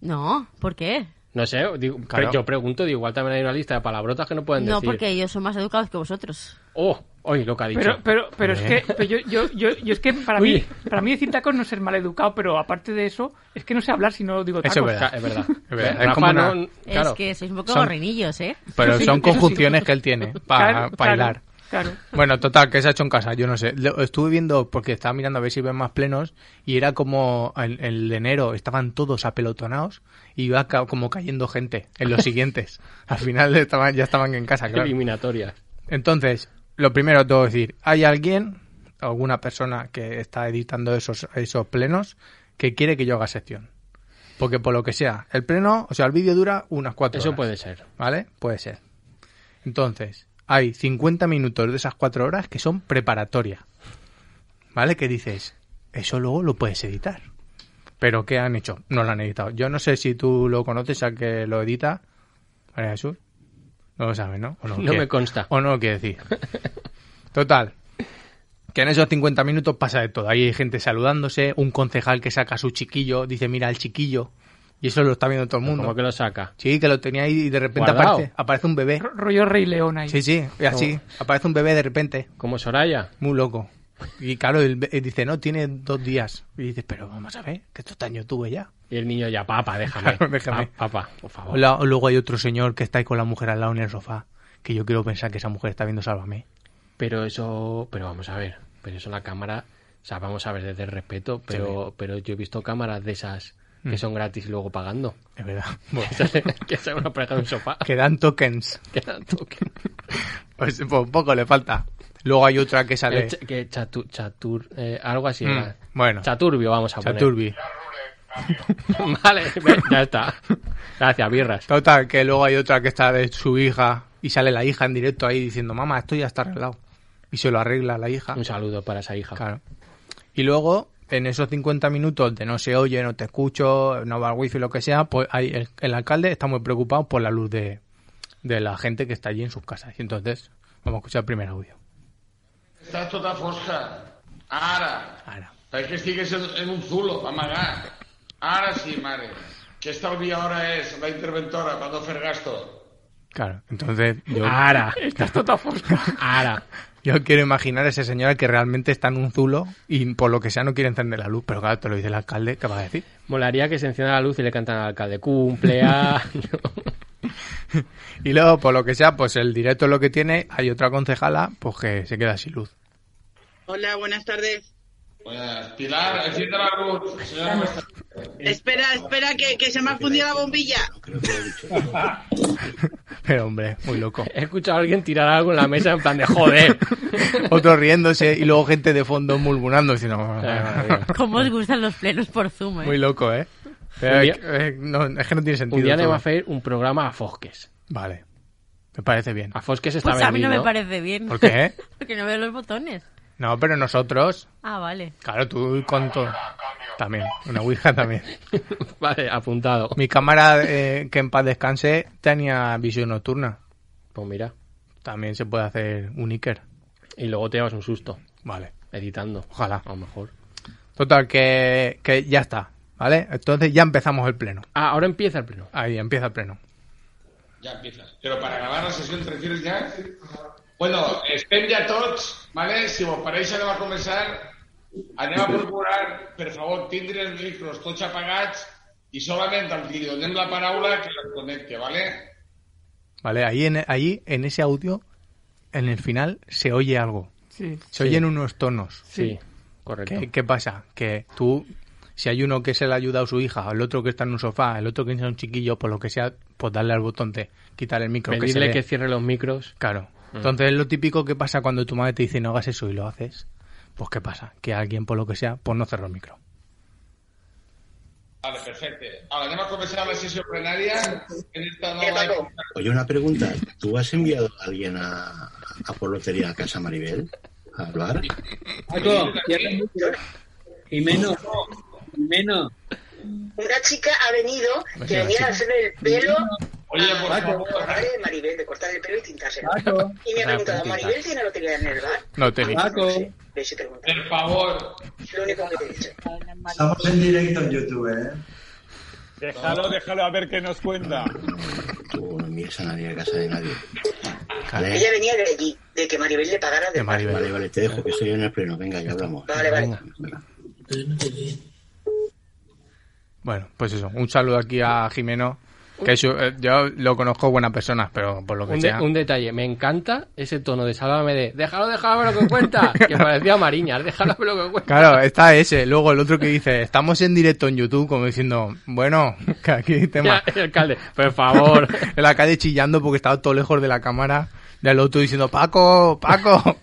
No, ¿por qué? No sé, digo, pre- Claro. yo pregunto, digo, igual también hay una lista de palabrotas que no pueden No, decir. porque ellos son más educados que vosotros. Oh, oye, lo que ha dicho. Pero, pero, pero es Bien. que pero yo, yo, yo, yo es que para Oye. mí, para mí decir tacos no es ser maleducado, pero aparte de eso, es que no sé hablar si no digo tacos. Eso es O sea, es verdad. [LAUGHS] Es verdad, Rafa es como una- no- Es claro. que sois un poco Son- gorrinillos, ¿eh? Pero Sí, son eso sí. conjunciones que él tiene para Claro, bailar. Claro. Bueno, total, que se ha hecho en casa, yo no sé. Lo- estuve viendo, porque estaba mirando a ver si ven más plenos, y era como el, el de enero, estaban todos apelotonados, y iba ca- como cayendo gente en los siguientes. Al final estaban, ya estaban en casa, claro. Eliminatorias. Entonces, lo primero debo decir, hay alguien, alguna persona que está editando esos, esos plenos, que quiere que yo haga sección. Porque por lo que sea, el pleno, o sea, el vídeo dura unas cuatro Eso horas, puede ser. ¿Vale? Puede ser. Entonces, hay 50 minutos de esas cuatro horas que son preparatoria. ¿Vale? Que dices, eso luego lo puedes editar. Pero ¿qué han hecho? No lo han editado. Yo no sé si tú lo conoces a que lo edita. María Jesús. No lo sabes, ¿no? ¿O lo No quieres? me consta. O no lo quiere decir. Total. Que en esos 50 minutos pasa de todo. Ahí hay gente saludándose, un concejal que saca a su chiquillo, dice, mira al chiquillo. Y eso lo está viendo todo el mundo. ¿Cómo que lo saca? Sí, que lo tenía ahí y de repente Guardado. aparece, aparece un bebé. Rollo Rey León ahí. Sí, sí, y así. Aparece un bebé de repente. Como Soraya. Muy loco. Y claro, él, él dice, no, tiene dos días. Y dices, pero vamos a ver, que estos años tuve ya. Y el niño ya, papá, déjame. Claro, [LAUGHS] déjame. Pa- papá, por favor. La- o luego hay otro señor que está ahí con la mujer al lado en el sofá, que yo quiero pensar que esa mujer está viendo Sálvame. Pero eso, pero vamos a ver, pero eso en la cámara, o sea, vamos a ver desde el respeto, pero, pero yo he visto cámaras de esas que Mm. son gratis y luego pagando. [LAUGHS] Es verdad. [LAUGHS] Que sale- que sale una pareja de un sofá. Que dan tokens. Que dan tokens. Pues, pues poco le falta. Luego hay otra que sale... El ch- que chatu- chatur, eh, algo así. Mm, era. bueno. Chaturbio, vamos a Chaturbi. poner. [LAUGHS] vale, ve, ya está. Gracias, birras. Total, que luego hay otra que está de su hija y sale la hija en directo ahí diciendo, mamá, esto ya está arreglado. Y se lo arregla la hija. Un saludo para esa hija. Claro. Y luego, en esos 50 minutos de no se oye, no te escucho, no va al wifi, lo que sea, pues ahí el, el alcalde está muy preocupado por la luz de, de la gente que está allí en sus casas. Y entonces, vamos a escuchar el primer audio. Está toda fosca. Ara. Però és que estigues en, en un zulo, amagat. Ara sí, mare. Que estalvia hora és la interventora per no fer gasto. Claro, entonces yo... [LAUGHS] Ara. Estás toda fosca. Ahora. Yo quiero imaginar a esa señora que realmente está en un zulo y por lo que sea no quiere encender la luz, pero claro, te lo dice el alcalde, ¿qué va a decir? Molaría que se encienda la luz y le cantan al alcalde cumpleaños. [LAUGHS] Y luego, por lo que sea, pues el directo es lo que tiene, hay otra concejala, pues que se queda sin luz. Hola, buenas tardes. Pues, Pilar, enciende la luz. Senyora Cuesta. Espera, espera, que, que se me ha fundido la bombilla. Pero hombre, muy loco. He escuchado a alguien tirar algo en la mesa en plan de [LAUGHS] joder. Otro riéndose y luego gente de fondo murmurando, diciendo, "Ah, ¿Cómo os gustan los plenos por Zoom? eh? muy loco, ¿eh? Pero Un es día- que- eh, no, es que no tiene sentido. Un día le todo. va a hacer un programa a Fosques. Vale, me parece bien. A Fosques está Pues a mí no vendido. me parece bien. ¿Por qué? eh? [LAUGHS] Porque no veo los botones. No, pero nosotros, Ah, vale. claro, tú con todo. También, una Ouija también. [LAUGHS] Vale, apuntado. Mi cámara, eh, que en paz descanse, tenía visión nocturna. Pues mira. También se puede hacer un Iker. Y luego te llevas un susto. Vale. Editando. Ojalá. A lo mejor. Total, que, que ya está, ¿vale? Entonces ya empezamos el pleno. Ah, ahora empieza el pleno. Ahí empieza el pleno. Ja empieza. Però per acabar la sessió entre fils ja... Bueno, estem ja tots, vale? si vos pareix anem a començar, anem a procurar, per favor, tindre els micros tots apagats i solament al que li donem la paraula que la connecte, vale? ¿Vale? Ahí en, ahí, en ese audio, en el final, se oye algo. [LAUGHS] Sí. Se Sí. oyen unos tonos. Sí, correcto. ¿Qué, qué pasa? Que tú, si hay uno que se le ha ayudado a su hija, el otro que está en un sofá, el otro que es un chiquillo, por lo que sea, pues darle al botón de quitar el micro. Pedirle se que, dé. cierre los micros. Claro. Mm. Entonces es lo típico que pasa cuando tu madre te dice no hagas eso y lo haces. Pues ¿qué pasa? Que alguien, por lo que sea, pues no cerró el micro. Vale, perfecte. Ara anem a començar la sessió plenària en esta nova... Oye, una pregunta. ¿Tú has enviado a alguien a, a por lotería a Casa Maribel? ¿A hablar? Paco, cierra el micro. Jimeno, Jimeno. Una chica ha venido que Venga, venía chica. a hacerle el pelo Oye, por a favor. la madre de Maribel, de cortar el pelo y tintárselo. Paco. Y me ha Ah, preguntado, pues, ¿Maribel tintar. tiene lotería en el bar? No te Paco. Le he preguntado. Per favor. Lo único que te he dicho. Estamos en directo en YouTube, ¿eh? Déjalo, déjalo a ver qué nos cuenta. Tú no envías a nadie a casa de nadie. Vale. Ella venía de allí, de que Maribel le pagara de Vale, vale, vale, te dejo que estoy en el pleno. Venga, ya hablamos. Vale, vale. Bueno, pues eso. Un saludo aquí a Jimeno. Que es- eh, yo lo conozco buena persona, pero por lo que Un, de- sea. un detalle, me encanta ese tono de sálvame de déjalo, déjalo lo que [LAUGHS] cuenta. que parecía Mariñas, déjalo lo que cuenta. Claro, está ese. Luego el otro que dice, estamos en directo en YouTube, como diciendo, bueno, que aquí hay tema. [LAUGHS] Ya, el alcalde, por [LAUGHS] favor. en la calle chillando porque estaba todo lejos de la cámara. Y al otro diciendo, Paco, [LAUGHS] Paco.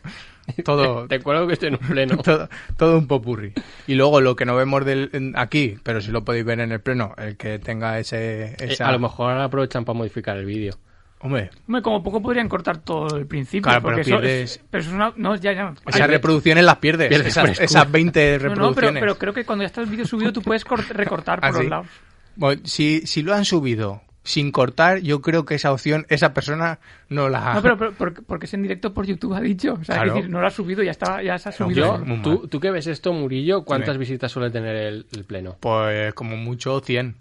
todo, Te cuelgo que estoy en un pleno. todo, todo un popurri. Y luego lo que no vemos del, en- aquí, pero si lo podéis ver en el pleno, el que tenga ese... Eh, esa- a lo mejor aprovechan para modificar el vídeo. Hombre, Hombre, como poco podrían cortar todo el principio. Claro, pero porque pierdes- Eso es, pero eso es una... No, ya, ya. esas Ay, reproducciones las pierdes. Pierdes esas, frescura. esas 20 No, no, pero, [LAUGHS] reproducciones. pero creo que cuando ya está el vídeo subido tú puedes cort- recortar por ¿Ah, sí? los lados. Bueno, si, si lo han subido, sin cortar, yo creo que esa opción, esa persona no Ah. la ha... No, pero, pero- porque, porque es en directo por YouTube, ha dicho. O sea, es Claro. decir, no lo ha subido, ya, estaba, ya se ha subido. Yo, tú, tú que ves esto, Murillo, ¿cuántas visitas suele tener el, el pleno? Pues como mucho 100.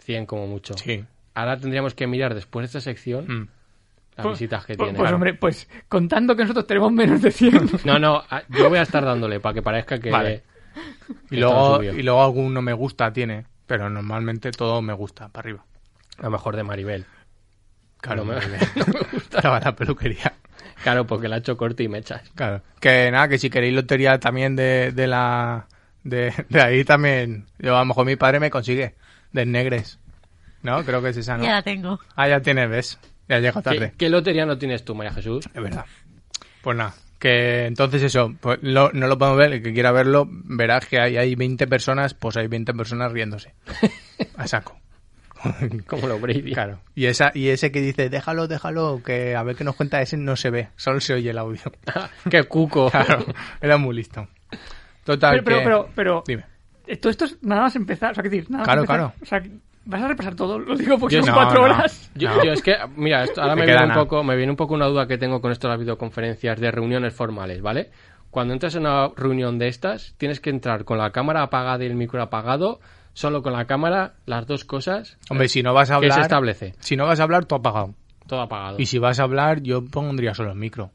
100 como mucho. Sí. Ahora tendríamos que mirar después de esta Mm. sección las Pues- visitas que pues, tiene. pues, hombre, pues contando que nosotros tenemos menos [LAUGHS] de 100. No, no, a- yo voy a estar dándole para que parezca que... Vale. que Y todo luego, subió. y luego algún no me gusta tiene, pero normalmente todo me gusta, para arriba. A lo mejor de Maribel. Claro, no me, [LAUGHS] Maribel. no me gusta. Estaba en la peluquería. Claro, porque la ha hecho corte y mechas. Claro. Que nada, que si queréis lotería también de, de la... De, de ahí también... Yo a lo mejor mi padre me consigue. De negres. ¿No? Creo que es esa, ¿no? Ya la tengo. Ah, ya tienes, ves. Ya llega ¿Qué, tarde. qué lotería no tienes tú, María Jesús? Es verdad. Pues nada. Que entonces eso, pues lo- no lo podemos ver, el que quiera verlo, verás que hay, hay 20 personas, pues hay 20 personas riéndose. [LAUGHS] A saco. Como lo Brady. [LAUGHS] Claro. Y esa, y ese que dice, déjalo, déjalo, que a ver qué nos cuenta ese no se ve, solo se oye [LAUGHS] el audio. Ah, qué cuco. Claro, era muy listo. Total. Pero- pero- que- pero- pero- Dime. Eh, Todo esto es nada más empezar. O sea, que decir, nada más Claro, empezar, claro. O sea, que- vas a repasar todo. Lo digo porque Yo- pues son no, cuatro no. horas. Yo, No. yo es que, mira, esto ahora Te me queda viene, un nada. poco, me viene un poco una duda que tengo con esto de las videoconferencias de reuniones formales, ¿vale? Cuando entras en una reunión de estas, tienes que entrar con la cámara apagada y el micro apagado, solo con la cámara, las dos cosas. Hombre, si no vas a ¿Qué hablar. se establece? Si no vas a hablar, tú apagado. Todo apagado. Y si vas a hablar, yo pondría solo el micro.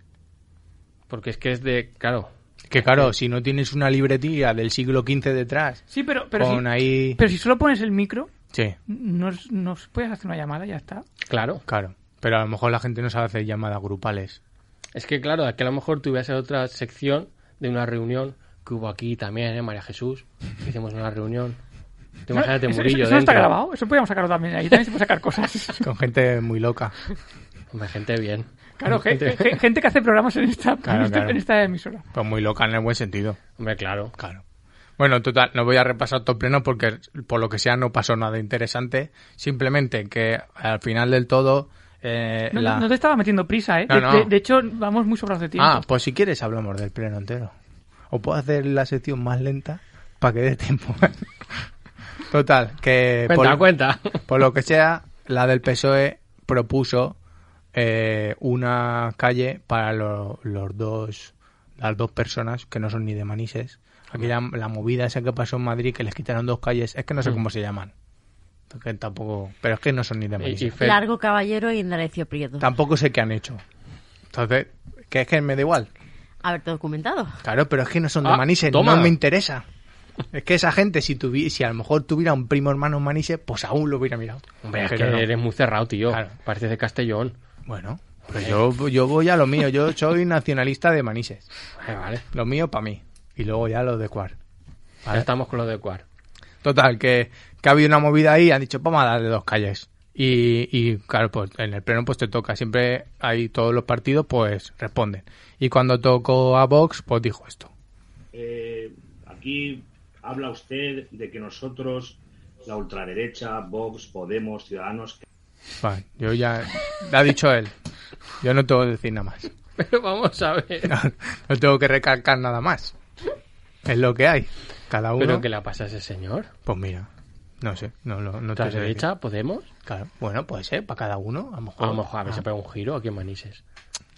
Porque es que es de, claro, Que claro, si no tienes una libretilla del siglo XV detrás, Sí, pero, pero, con si, ahí. pero si solo pones el micro, Sí, nos, nos puedes hacer una llamada y ya está. claro. claro. Pero a lo mejor la gente no sabe hacer llamadas grupales. [LAUGHS] Es que claro, aquí a lo mejor tuviese otra sección de una reunión que hubo aquí también, ¿eh, María Jesús? Hicimos una reunión. Tú No, imagínate [LAUGHS] eso, Murillo eso- eso no está dentro. grabado. Eso podríamos sacarlo también. Ahí también se puede sacar [LAUGHS] cosas. Con gente muy loca. Hombre, gente bien. Claro, ge- ge- ge- gente que hace programas en esta, en Claro, esta- claro. en esta emisora. Pero Pues muy loca en el buen sentido. Hombre, claro. Claro. Bueno, total, no voy a repasar todo pleno porque por lo que sea no pasó nada interesante. Simplemente que al final del todo. eh, No, la- no te estaba metiendo prisa, ¿eh? No, De- no. De, de hecho, vamos muy sobrados de tiempo. Ah, pues si quieres hablamos del pleno entero. O puedo hacer la sección más lenta para que dé tiempo. [LAUGHS] Total, que Cuenta, cuenta. por lo que sea, la del PSOE E propuso eh, una calle para lo- los dos las dos personas que no son ni de Manises. Aquella la movida esa que pasó en Madrid que les quitaron dos calles, es que no sé Mm. cómo se llaman. Que tampoco, pero es que no son ni de Manises. y Fer- Largo caballero y enderecio prieto. Tampoco sé qué han hecho. Entonces, que es que me da igual. Haberte documentado. Claro, pero es que no son de Ah, Manises, toma. no me interesa. Es que esa gente, si, tuvi- si a lo mejor tuviera un primo hermano en Manises, pues aún lo hubiera mirado. Hombre, es Pero que no. eres muy cerrado, tío. Claro. Pareces de Castellón. Bueno, pues yo, yo voy a lo mío, yo soy nacionalista de Manises. Vale, vale. Lo mío para mí. Y luego ya lo de Cuar. Ya Vale. estamos con lo de Cuar. Total, que, que ha habido una movida ahí, han dicho, vamos a darle dos calles. Y, y, claro, pues en el pleno pues te toca, siempre hay todos los partidos pues responden. Y cuando tocó a Vox, pues dijo esto. Eh, aquí habla usted de que nosotros, la ultraderecha, Vox, Podemos, Ciudadanos, Vale, yo ya. lo ha dicho él. Yo no tengo que decir nada más. [LAUGHS] [LAUGHS] Pero vamos a ver. No tengo que recalcar nada más. Es lo que hay. Cada uno. ¿Pero qué le pasa a ese señor? Pues mira, no sé. No, lo- no te ¿Tras sé decir. derecha? ¿Podemos? Claro. Bueno, puede ser, para cada uno. A lo mejor. A lo mejor a ver, Ah, se pega un giro aquí en Manises.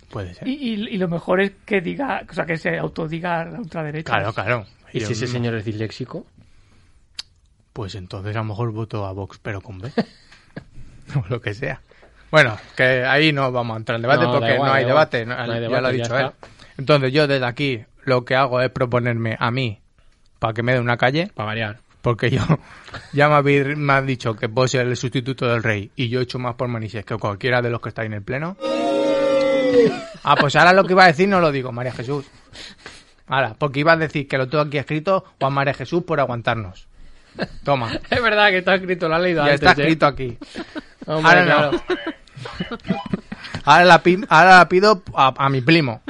Puede ser. Y, y- y lo mejor es que diga, o sea, que se autodiga la ultraderecha. Claro, claro. ¿Y Yo- si ese señor es disléxico? Pues entonces a lo mejor voto a Vox, pero con B. [LAUGHS] o lo que sea. Bueno, que ahí no vamos a entrar en debate No, da porque igual, no, da hay igual. debate, no- No hay Ya lo ha debate, ya dicho él. está. Entonces yo desde aquí lo que hago es proponerme a mí para que me dé una calle. Para variar. Porque yo [LAUGHS] ya me, habéis- me has dicho que puedo ser el sustituto del rey y yo he hecho más por Manises que cualquiera de los que estáis en el pleno. Ah, pues ahora lo que iba a decir no lo digo, María Jesús. Ahora, porque iba a decir que lo tengo aquí escrito, Juan María Jesús, por aguantarnos. Toma, [LAUGHS] Es verdad que está escrito, lo ha leído ya antes. está ¿eh? escrito aquí. Hombre, Ahora no. claro. [LAUGHS] Ahora la, pi- ahora la pido a, a mi primo.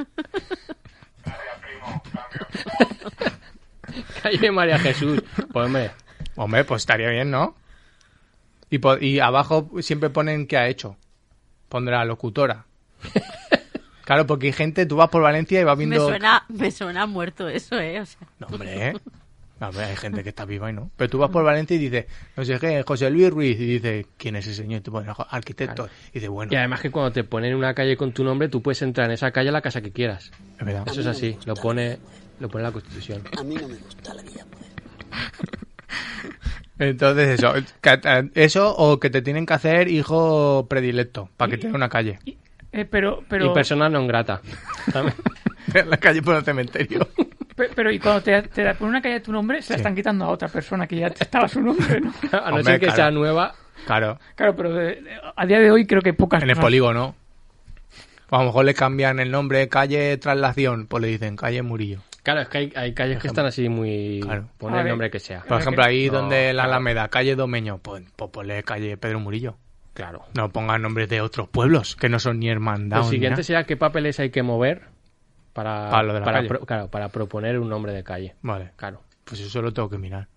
Calle María [LAUGHS] Jesús. Pues hombre, Hombre, pues estaría bien, ¿no? Y, po- y abajo siempre ponen qué ha hecho. Pondrá locutora. Claro, porque hay gente, tú vas por Valencia y vas Me viendo... suena, me suena muerto eso, ¿eh? O sea, No, hombre, ¿eh? A ver, hay gente que está viva y no. Pero tú vas por Valencia y dices, no sé qué, José Luis Ruiz, y dices, ¿quién es ese señor? Y te ponen arquitecto. Y dices, bueno. Y además que cuando te ponen una calle con tu nombre, tú puedes entrar en esa calle a la casa que quieras. Es verdad. Eso es así, lo pone, lo pone la Constitución. A mí no me gusta la vida, pues. Entonces, eso. que- Eso o que te tienen que hacer hijo predilecto, para que tenga una calle. Eh, pero, pero, Y persona non grata. [LAUGHS] en [LAUGHS] la calle por el cementerio. pe- pero y cuando te, te ponen una calle de tu nombre, se la están quitando a otra persona que ya estaba su nombre, ¿no? [LAUGHS] A no ser que sea nueva. Claro. Claro, pero de- de- a día de hoy creo que pocas En el cosas- polígono. O a lo mejor le cambian el nombre, calle Traslación, pues le dicen calle Murillo. Claro, es que hay, hay calles que están así muy... Pone A el ver. nombre que sea. Por ejemplo, ahí No, donde la claro. Alameda, calle Domeño, pues, pues ponle calle Pedro Murillo. Claro. No pongan nombres de otros pueblos que no son ni hermandad. Lo siguiente será qué papeles hay que mover para, Para lo de la calle. pro- claro, para proponer un nombre de calle. Vale. Claro. Pues eso lo tengo que mirar.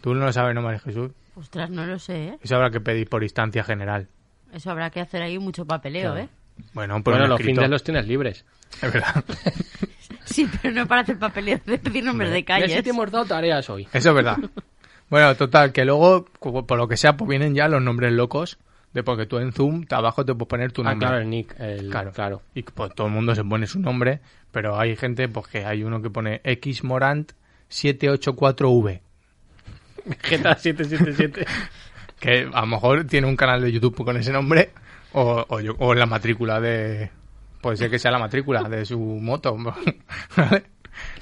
Tú no lo sabes, ¿no, María Jesús? Ostras, no lo sé, ¿eh? Eso habrá que pedir por instancia general. Eso habrá que hacer ahí mucho papeleo, Claro. ¿eh? [LAUGHS] Bueno, por Bueno, un los escrito. fines los tienes libres. Es verdad. Sí, pero no para hacer papeleo [LAUGHS] de pedir nombres de ¿eh? Ya sí calles. te hemos dado tareas hoy. Eso es verdad. Bueno, total, que luego, cu- por lo que sea, pues vienen ya los nombres locos. De porque tú en Zoom, te abajo te puedes poner tu Ah, nombre. claro, el nick. el- Claro. claro. [LAUGHS] Y pues todo el mundo se pone su nombre, pero hay gente, pues que hay uno que pone X Morant 784V. GTA [LAUGHS] 777. Que a lo mejor tiene un canal de YouTube con ese nombre, o, o, yo- o la matrícula de. Puede ser que sea la matrícula de su moto. [LAUGHS] ¿vale?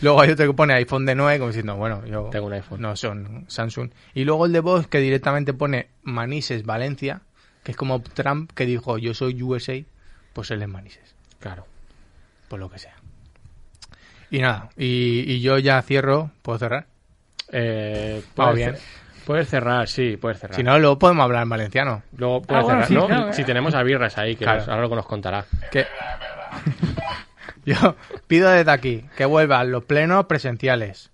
Luego hay otro que pone iPhone de 9, como diciendo, bueno, yo. Tengo un iPhone. No son Samsung. Y luego el de Vox, que directamente pone Manises Valencia, que es como Trump que dijo, yo soy USA, pues él es Manises. Claro. Por Pues lo que sea. Y nada, y, y yo ya cierro, ¿puedo cerrar? Eh, Vamos puedes bien. cer- Puedes cerrar, sí, puedes cerrar. Si no, luego podemos hablar en valenciano. Luego puedes Ah, bueno, cerrar, sí, ¿no? claro. Si tenemos a Birras ahí, que Claro. nos- ahora lo que nos contará. Que- [LAUGHS] Yo pido desde aquí que vuelvan los plenos presenciales,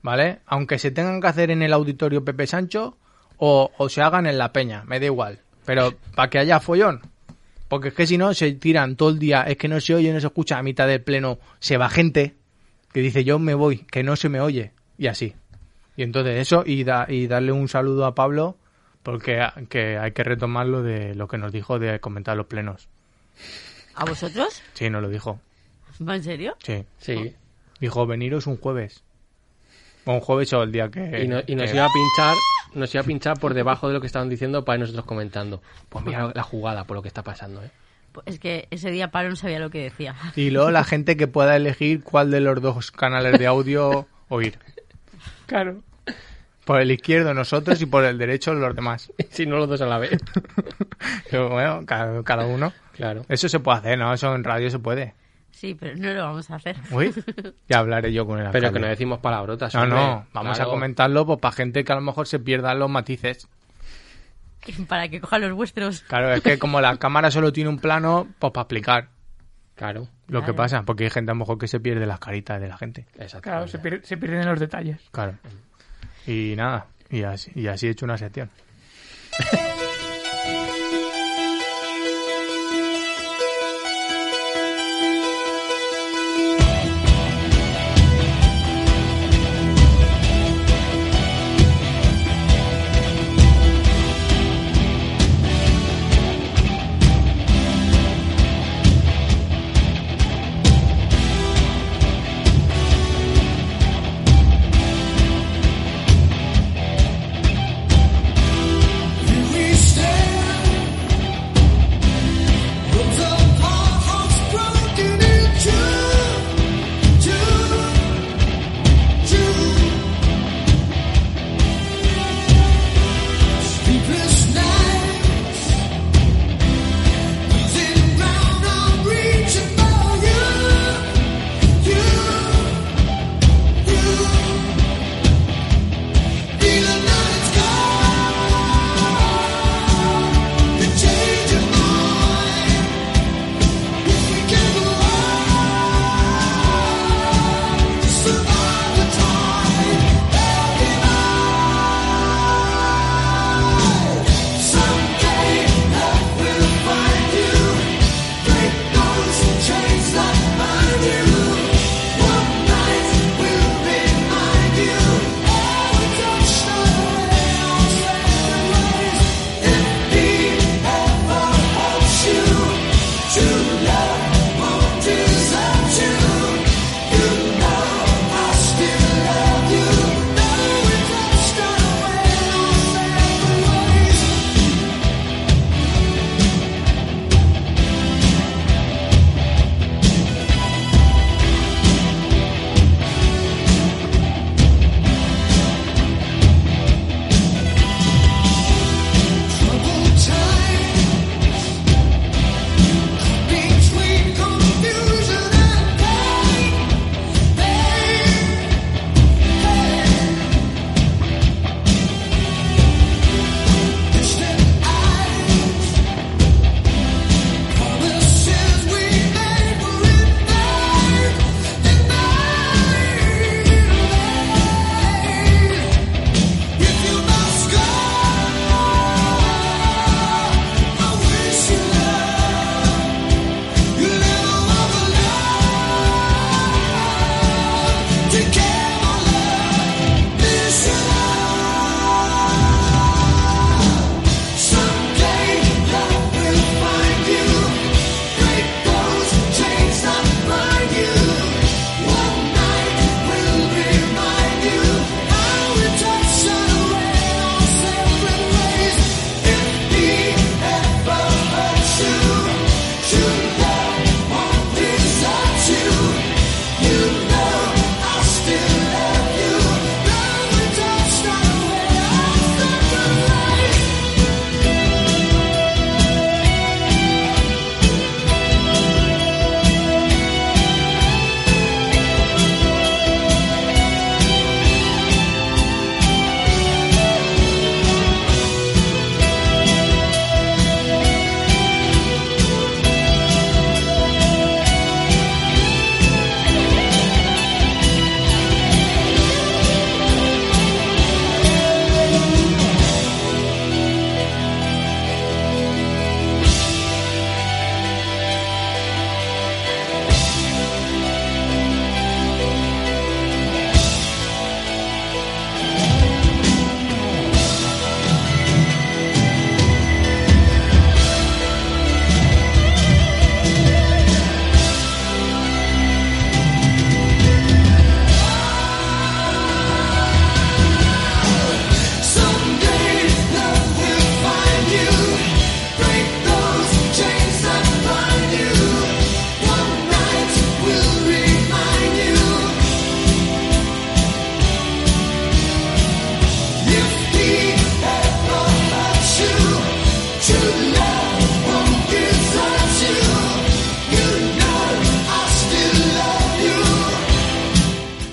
¿vale? Aunque se tengan que hacer en el auditorio Pepe Sancho o, o se hagan en la peña, me da igual. Pero para que haya follón. Porque es que si no, se tiran todo el día, es que no se oye, no se escucha, a mitad del pleno se va gente que dice yo me voy, que no se me oye, y así. Y entonces eso, y, da- y darle un saludo a Pablo, porque ha- que hay que retomar lo de lo que nos dijo de comentar los plenos. ¿A vosotros? Sí, nos lo dijo. ¿Va en serio? Sí. Sí. Dijo, veniros un jueves. O un jueves o el día que... Y, no- y nos que- iba a pinchar nos iba a pinchar por debajo de lo que estaban diciendo para ir nosotros comentando. Pues mira la jugada por lo que está pasando, ¿eh? [LAUGHS] Pues Es que ese día Pablo no sabía lo que decía. Y luego la gente que pueda elegir cuál de los dos canales [LAUGHS] de audio oír. Claro. Por el izquierdo nosotros y por el derecho los demás. Si no los dos a la vez. Pero bueno, cada, cada uno. Claro. Eso se puede hacer, ¿no? Eso en radio se puede. Sí, pero no lo vamos a hacer. [LAUGHS] Uy, ya hablaré yo con el Pero alcalde. que no decimos palabrotas. No, hombre. no, vamos Claro. a comentarlo pues, para gente que a lo mejor se pierdan los matices. Para que cojan los vuestros. Claro, es que como la cámara solo tiene un plano, pues para explicar Claro. lo que Claro. pasa, porque hay gente a lo mejor que se pierde las caritas de la gente. Exacto. Claro, se, pier- se pierden los detalles. Claro. Y nada, y así, y así he hecho una sección. Thank you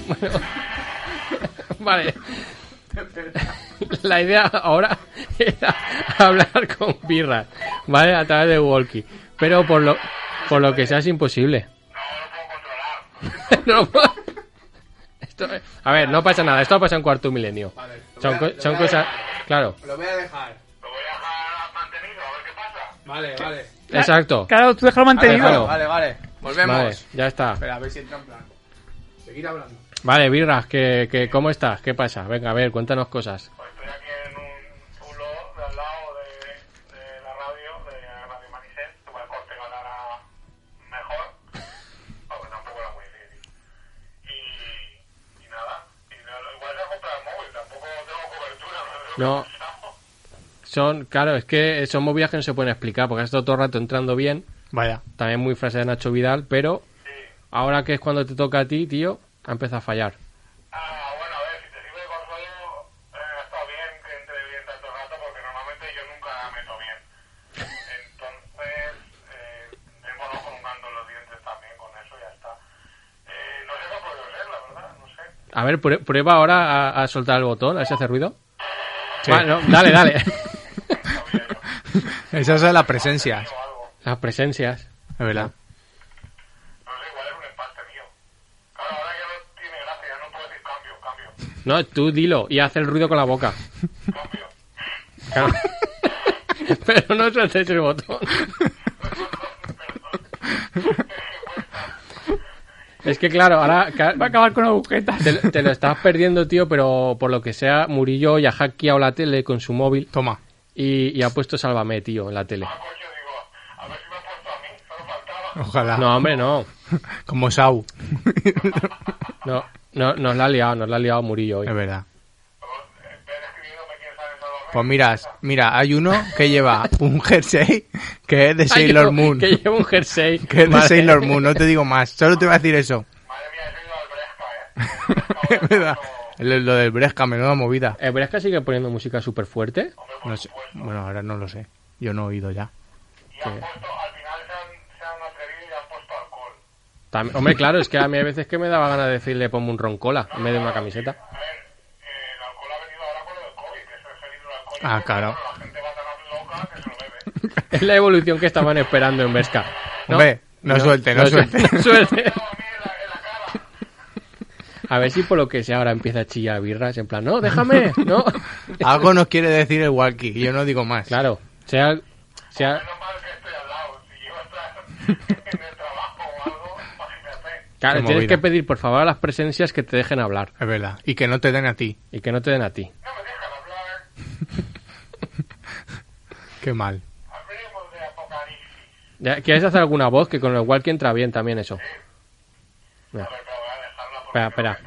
[LAUGHS] Vale. La idea ahora era hablar con birras, ¿vale? A través de walkie. Pero por lo, por lo que sea es imposible. [LAUGHS] No, lo puedo controlar. a ver, no pasa nada. Esto pasa en cuarto milenio. Son, co- son cosas... Claro. Lo voy a dejar. Lo voy a dejar mantenido, a ver qué pasa. Vale, vale. Oh. Exacto. Claro, tú déjalo mantenido. Déjalo. Vale, vale. Volvemos. Vale, ya está. Espera, a ver si entra en plan. Seguir hablando. Vale, Birras, que, que, ¿cómo estás? ¿Qué pasa? Venga, a ver, cuéntanos cosas. No. Son, claro, es que son movidas que no se pueden explicar, porque has estado todo el rato entrando bien. Vaya. También muy frase de Nacho Vidal, pero ahora que es cuando te toca a ti, tío, ha empezado a fallar. Ah, eh, eh, Eh, A ver, prue- prueba ahora a, a soltar el botón, a ver si hace ruido. Sí. Ah, no, dale, dale. Esas son las presencias. Las presencias. Es verdad. No, tú dilo y haz el ruido con la boca. Claro. Pero no sueltes el botón. Es que claro, ahora ca- Va a acabar con agujetas. te, lo- te lo estás perdiendo, tío, pero por lo que sea, Murillo ya ha hackeado la tele con su móvil. Toma. Y, y ha puesto Sálvame, tío, en la tele. Ojalá. No, hombre, no. Como [LAUGHS] Sau. No, no, nos la ha liado, nos la ha liado Murillo hoy. Es verdad. Pues mira, mira, hay uno que lleva un jersey que es de Ay, Sailor no, Moon. Que lleva un jersey. [LAUGHS] Que es de Vale. Sailor Moon, no te digo más. Solo te voy a decir eso. [LAUGHS] Es verdad. Lo, lo del Bresca, menuda movida. ¿El Bresca sigue poniendo música súper fuerte? No sé. Bueno, ahora no lo sé. Yo no he oído ya. Tam- hombre, claro, es que a mí hay veces que me daba ganas de decirle ponme un roncola en vez de una camiseta. Ah, claro. Es la evolución que estaban esperando en Vesca. Hombre, no suelte, no suelte. no suelte. [LAUGHS] A ver si por lo que sea ahora empieza a chillar birras en plan, no, déjame, no. [LAUGHS] Algo nos quiere decir el walkie. y Yo no digo más. Claro, sea, sea. Claro, Qué tienes movida. que pedir por favor a las presencias que te dejen hablar Es verdad. Y que no te den a ti. y que no te den a ti. Qué mal. Ya, ¿Quieres hacer alguna voz que con lo cual que entra bien también eso? Mira. Espera, espera.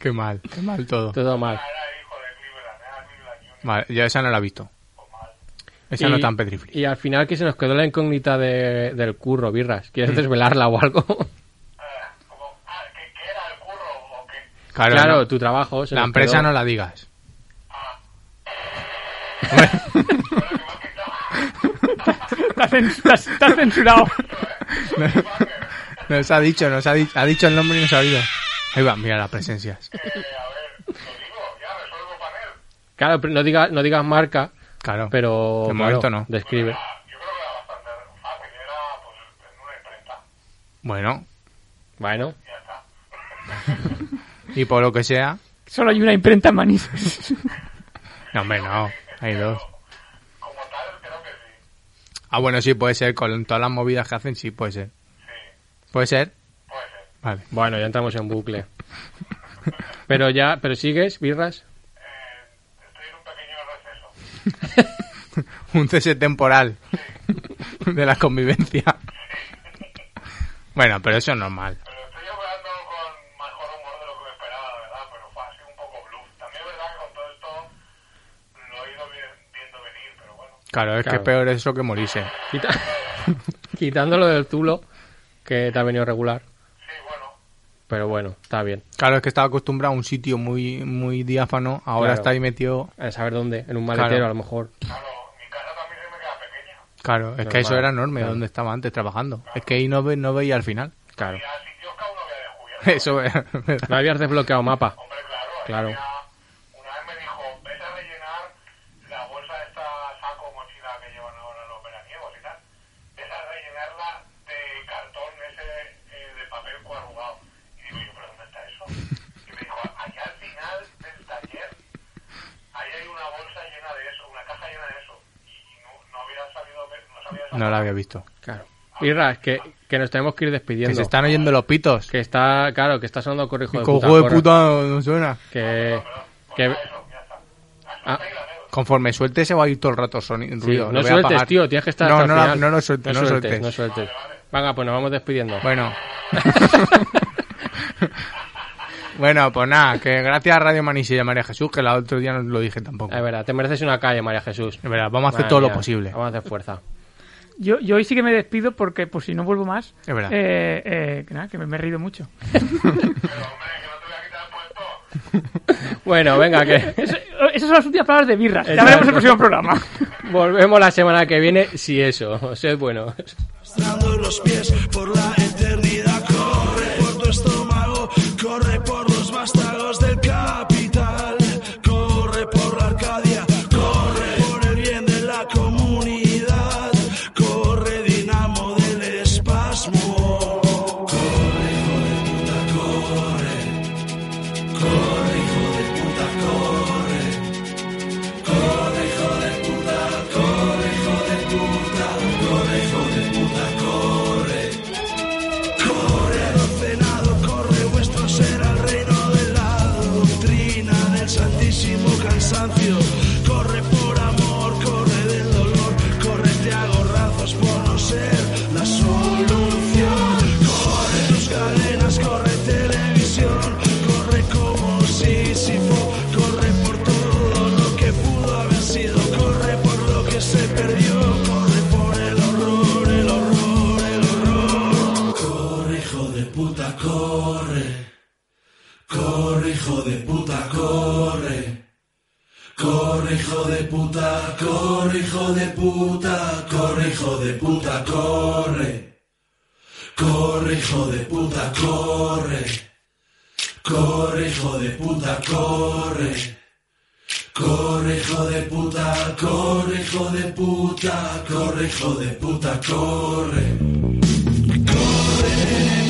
Qué mal. Qué mal todo. Todo mal. Vale, yo esa no la he visto. Esa Y- no tan petrifli. Y al final que se nos quedó la incógnita de- del curro, birras. ¿Quieres desvelarla o algo? [LAUGHS] Claro, claro, no. tu trabajo. se la nos empresa quedó. no la digas. [LAUGHS] Te ha cens- te has- te has censurado. [LAUGHS] Nos ha dicho, nos ha dicho, ha dicho el nombre y nos ha oído. Ahí va, mira las presencias. Claro, pero no digas no digas marca, Claro. pero De claro, momento no. describe. Bueno, Bueno, y por lo que sea, Solo hay una imprenta en Manises. no, hombre, no, hay dos. Ah, bueno, sí, puede ser, con todas las movidas que hacen, sí, puede ser. ¿Puede ser? Vale. bueno, ya entramos en bucle. Pero ya, pero sigues, birras. Un cese temporal de la convivencia. Bueno, pero eso es normal. Claro, es Claro. que peor eso que morirse. Quita- [LAUGHS] Quitándolo del tulo, que te ha venido regular. Pero bueno, está bien. Claro, es que estaba acostumbrado a un sitio muy, muy diáfano, ahora Claro. está ahí metido. A saber dónde, en un maletero Claro. a lo mejor. Claro, es que Normal, eso era enorme claro. donde estaba antes trabajando. Es que ahí no, ve- no veía al final. [LAUGHS] Claro. Eso es. [LAUGHS] No habías desbloqueado mapa. Claro. eh, No lo había visto. Claro. Irra, es que, que nos tenemos que ir despidiendo. Que se están oyendo los pitos. Que está, claro, que está sonando corrijo de Con puta. juego de corra. puta no suena. Que. que... Ah, Conforme suelte se va a ir todo el rato soni- sí, ruido. no lo voy a apagar. sueltes, tío, tienes que estar. No, hasta no, el la- final. no lo sueltes, no, lo sueltes. No sueltes. Venga, pues nos vamos despidiendo. [LAUGHS] Bueno. bueno, pues nada, que gracias a Radio Manisilla y a María Jesús, que la otro día no lo dije tampoco. Es verdad, te mereces una calle, María Jesús. Es verdad, vamos a hacer todo lo posible. Eh, Vamos a hacer fuerza. [LAUGHS] Yo, yo hoy sí que me despido porque, por si no vuelvo más, Es verdad. eh, eh, que nada, que me, me he reído mucho. Bueno, venga, que Eso- [LAUGHS] esas son las últimas palabras de birras. Ya Exacto. veremos el próximo programa. volvemos la semana que viene, si eso, sed bueno. Arrastrando los pies por la eternidad. Corre por tu estómago, corre por los vástagos del capital. Corre por la Arcadia, corre por el bien de la comunidad. Corre, dinamo del espasmo. Corre, hijo de puta, corre. Corre, hijo de puta, corre. Corre, hijo de puta, corre, hijo de puta, corre, hijo de puta, corre. Corre, adocenado, corre, vuestro será el reino de la doctrina del santísimo cansancio. Corre por amor, corre del dolor, corre, te hago razos por no ser la solución. Corre tus cadenas, corre televisión, corre como Sísifo, corre por todo lo que pudo haber sido, corre por lo que se perdió, corre por el horror, el horror, el horror. Corre, hijo de puta, corre. Corre, hijo de puta, corre. Corre, hijo de puta, corre, hijo de puta, corre, hijo de puta, corre. Corre, hijo de puta, corre. Corre, hijo de puta, corre. Corre, hijo de puta, corre, hijo de puta, corre, hijo de puta, corre. Corre.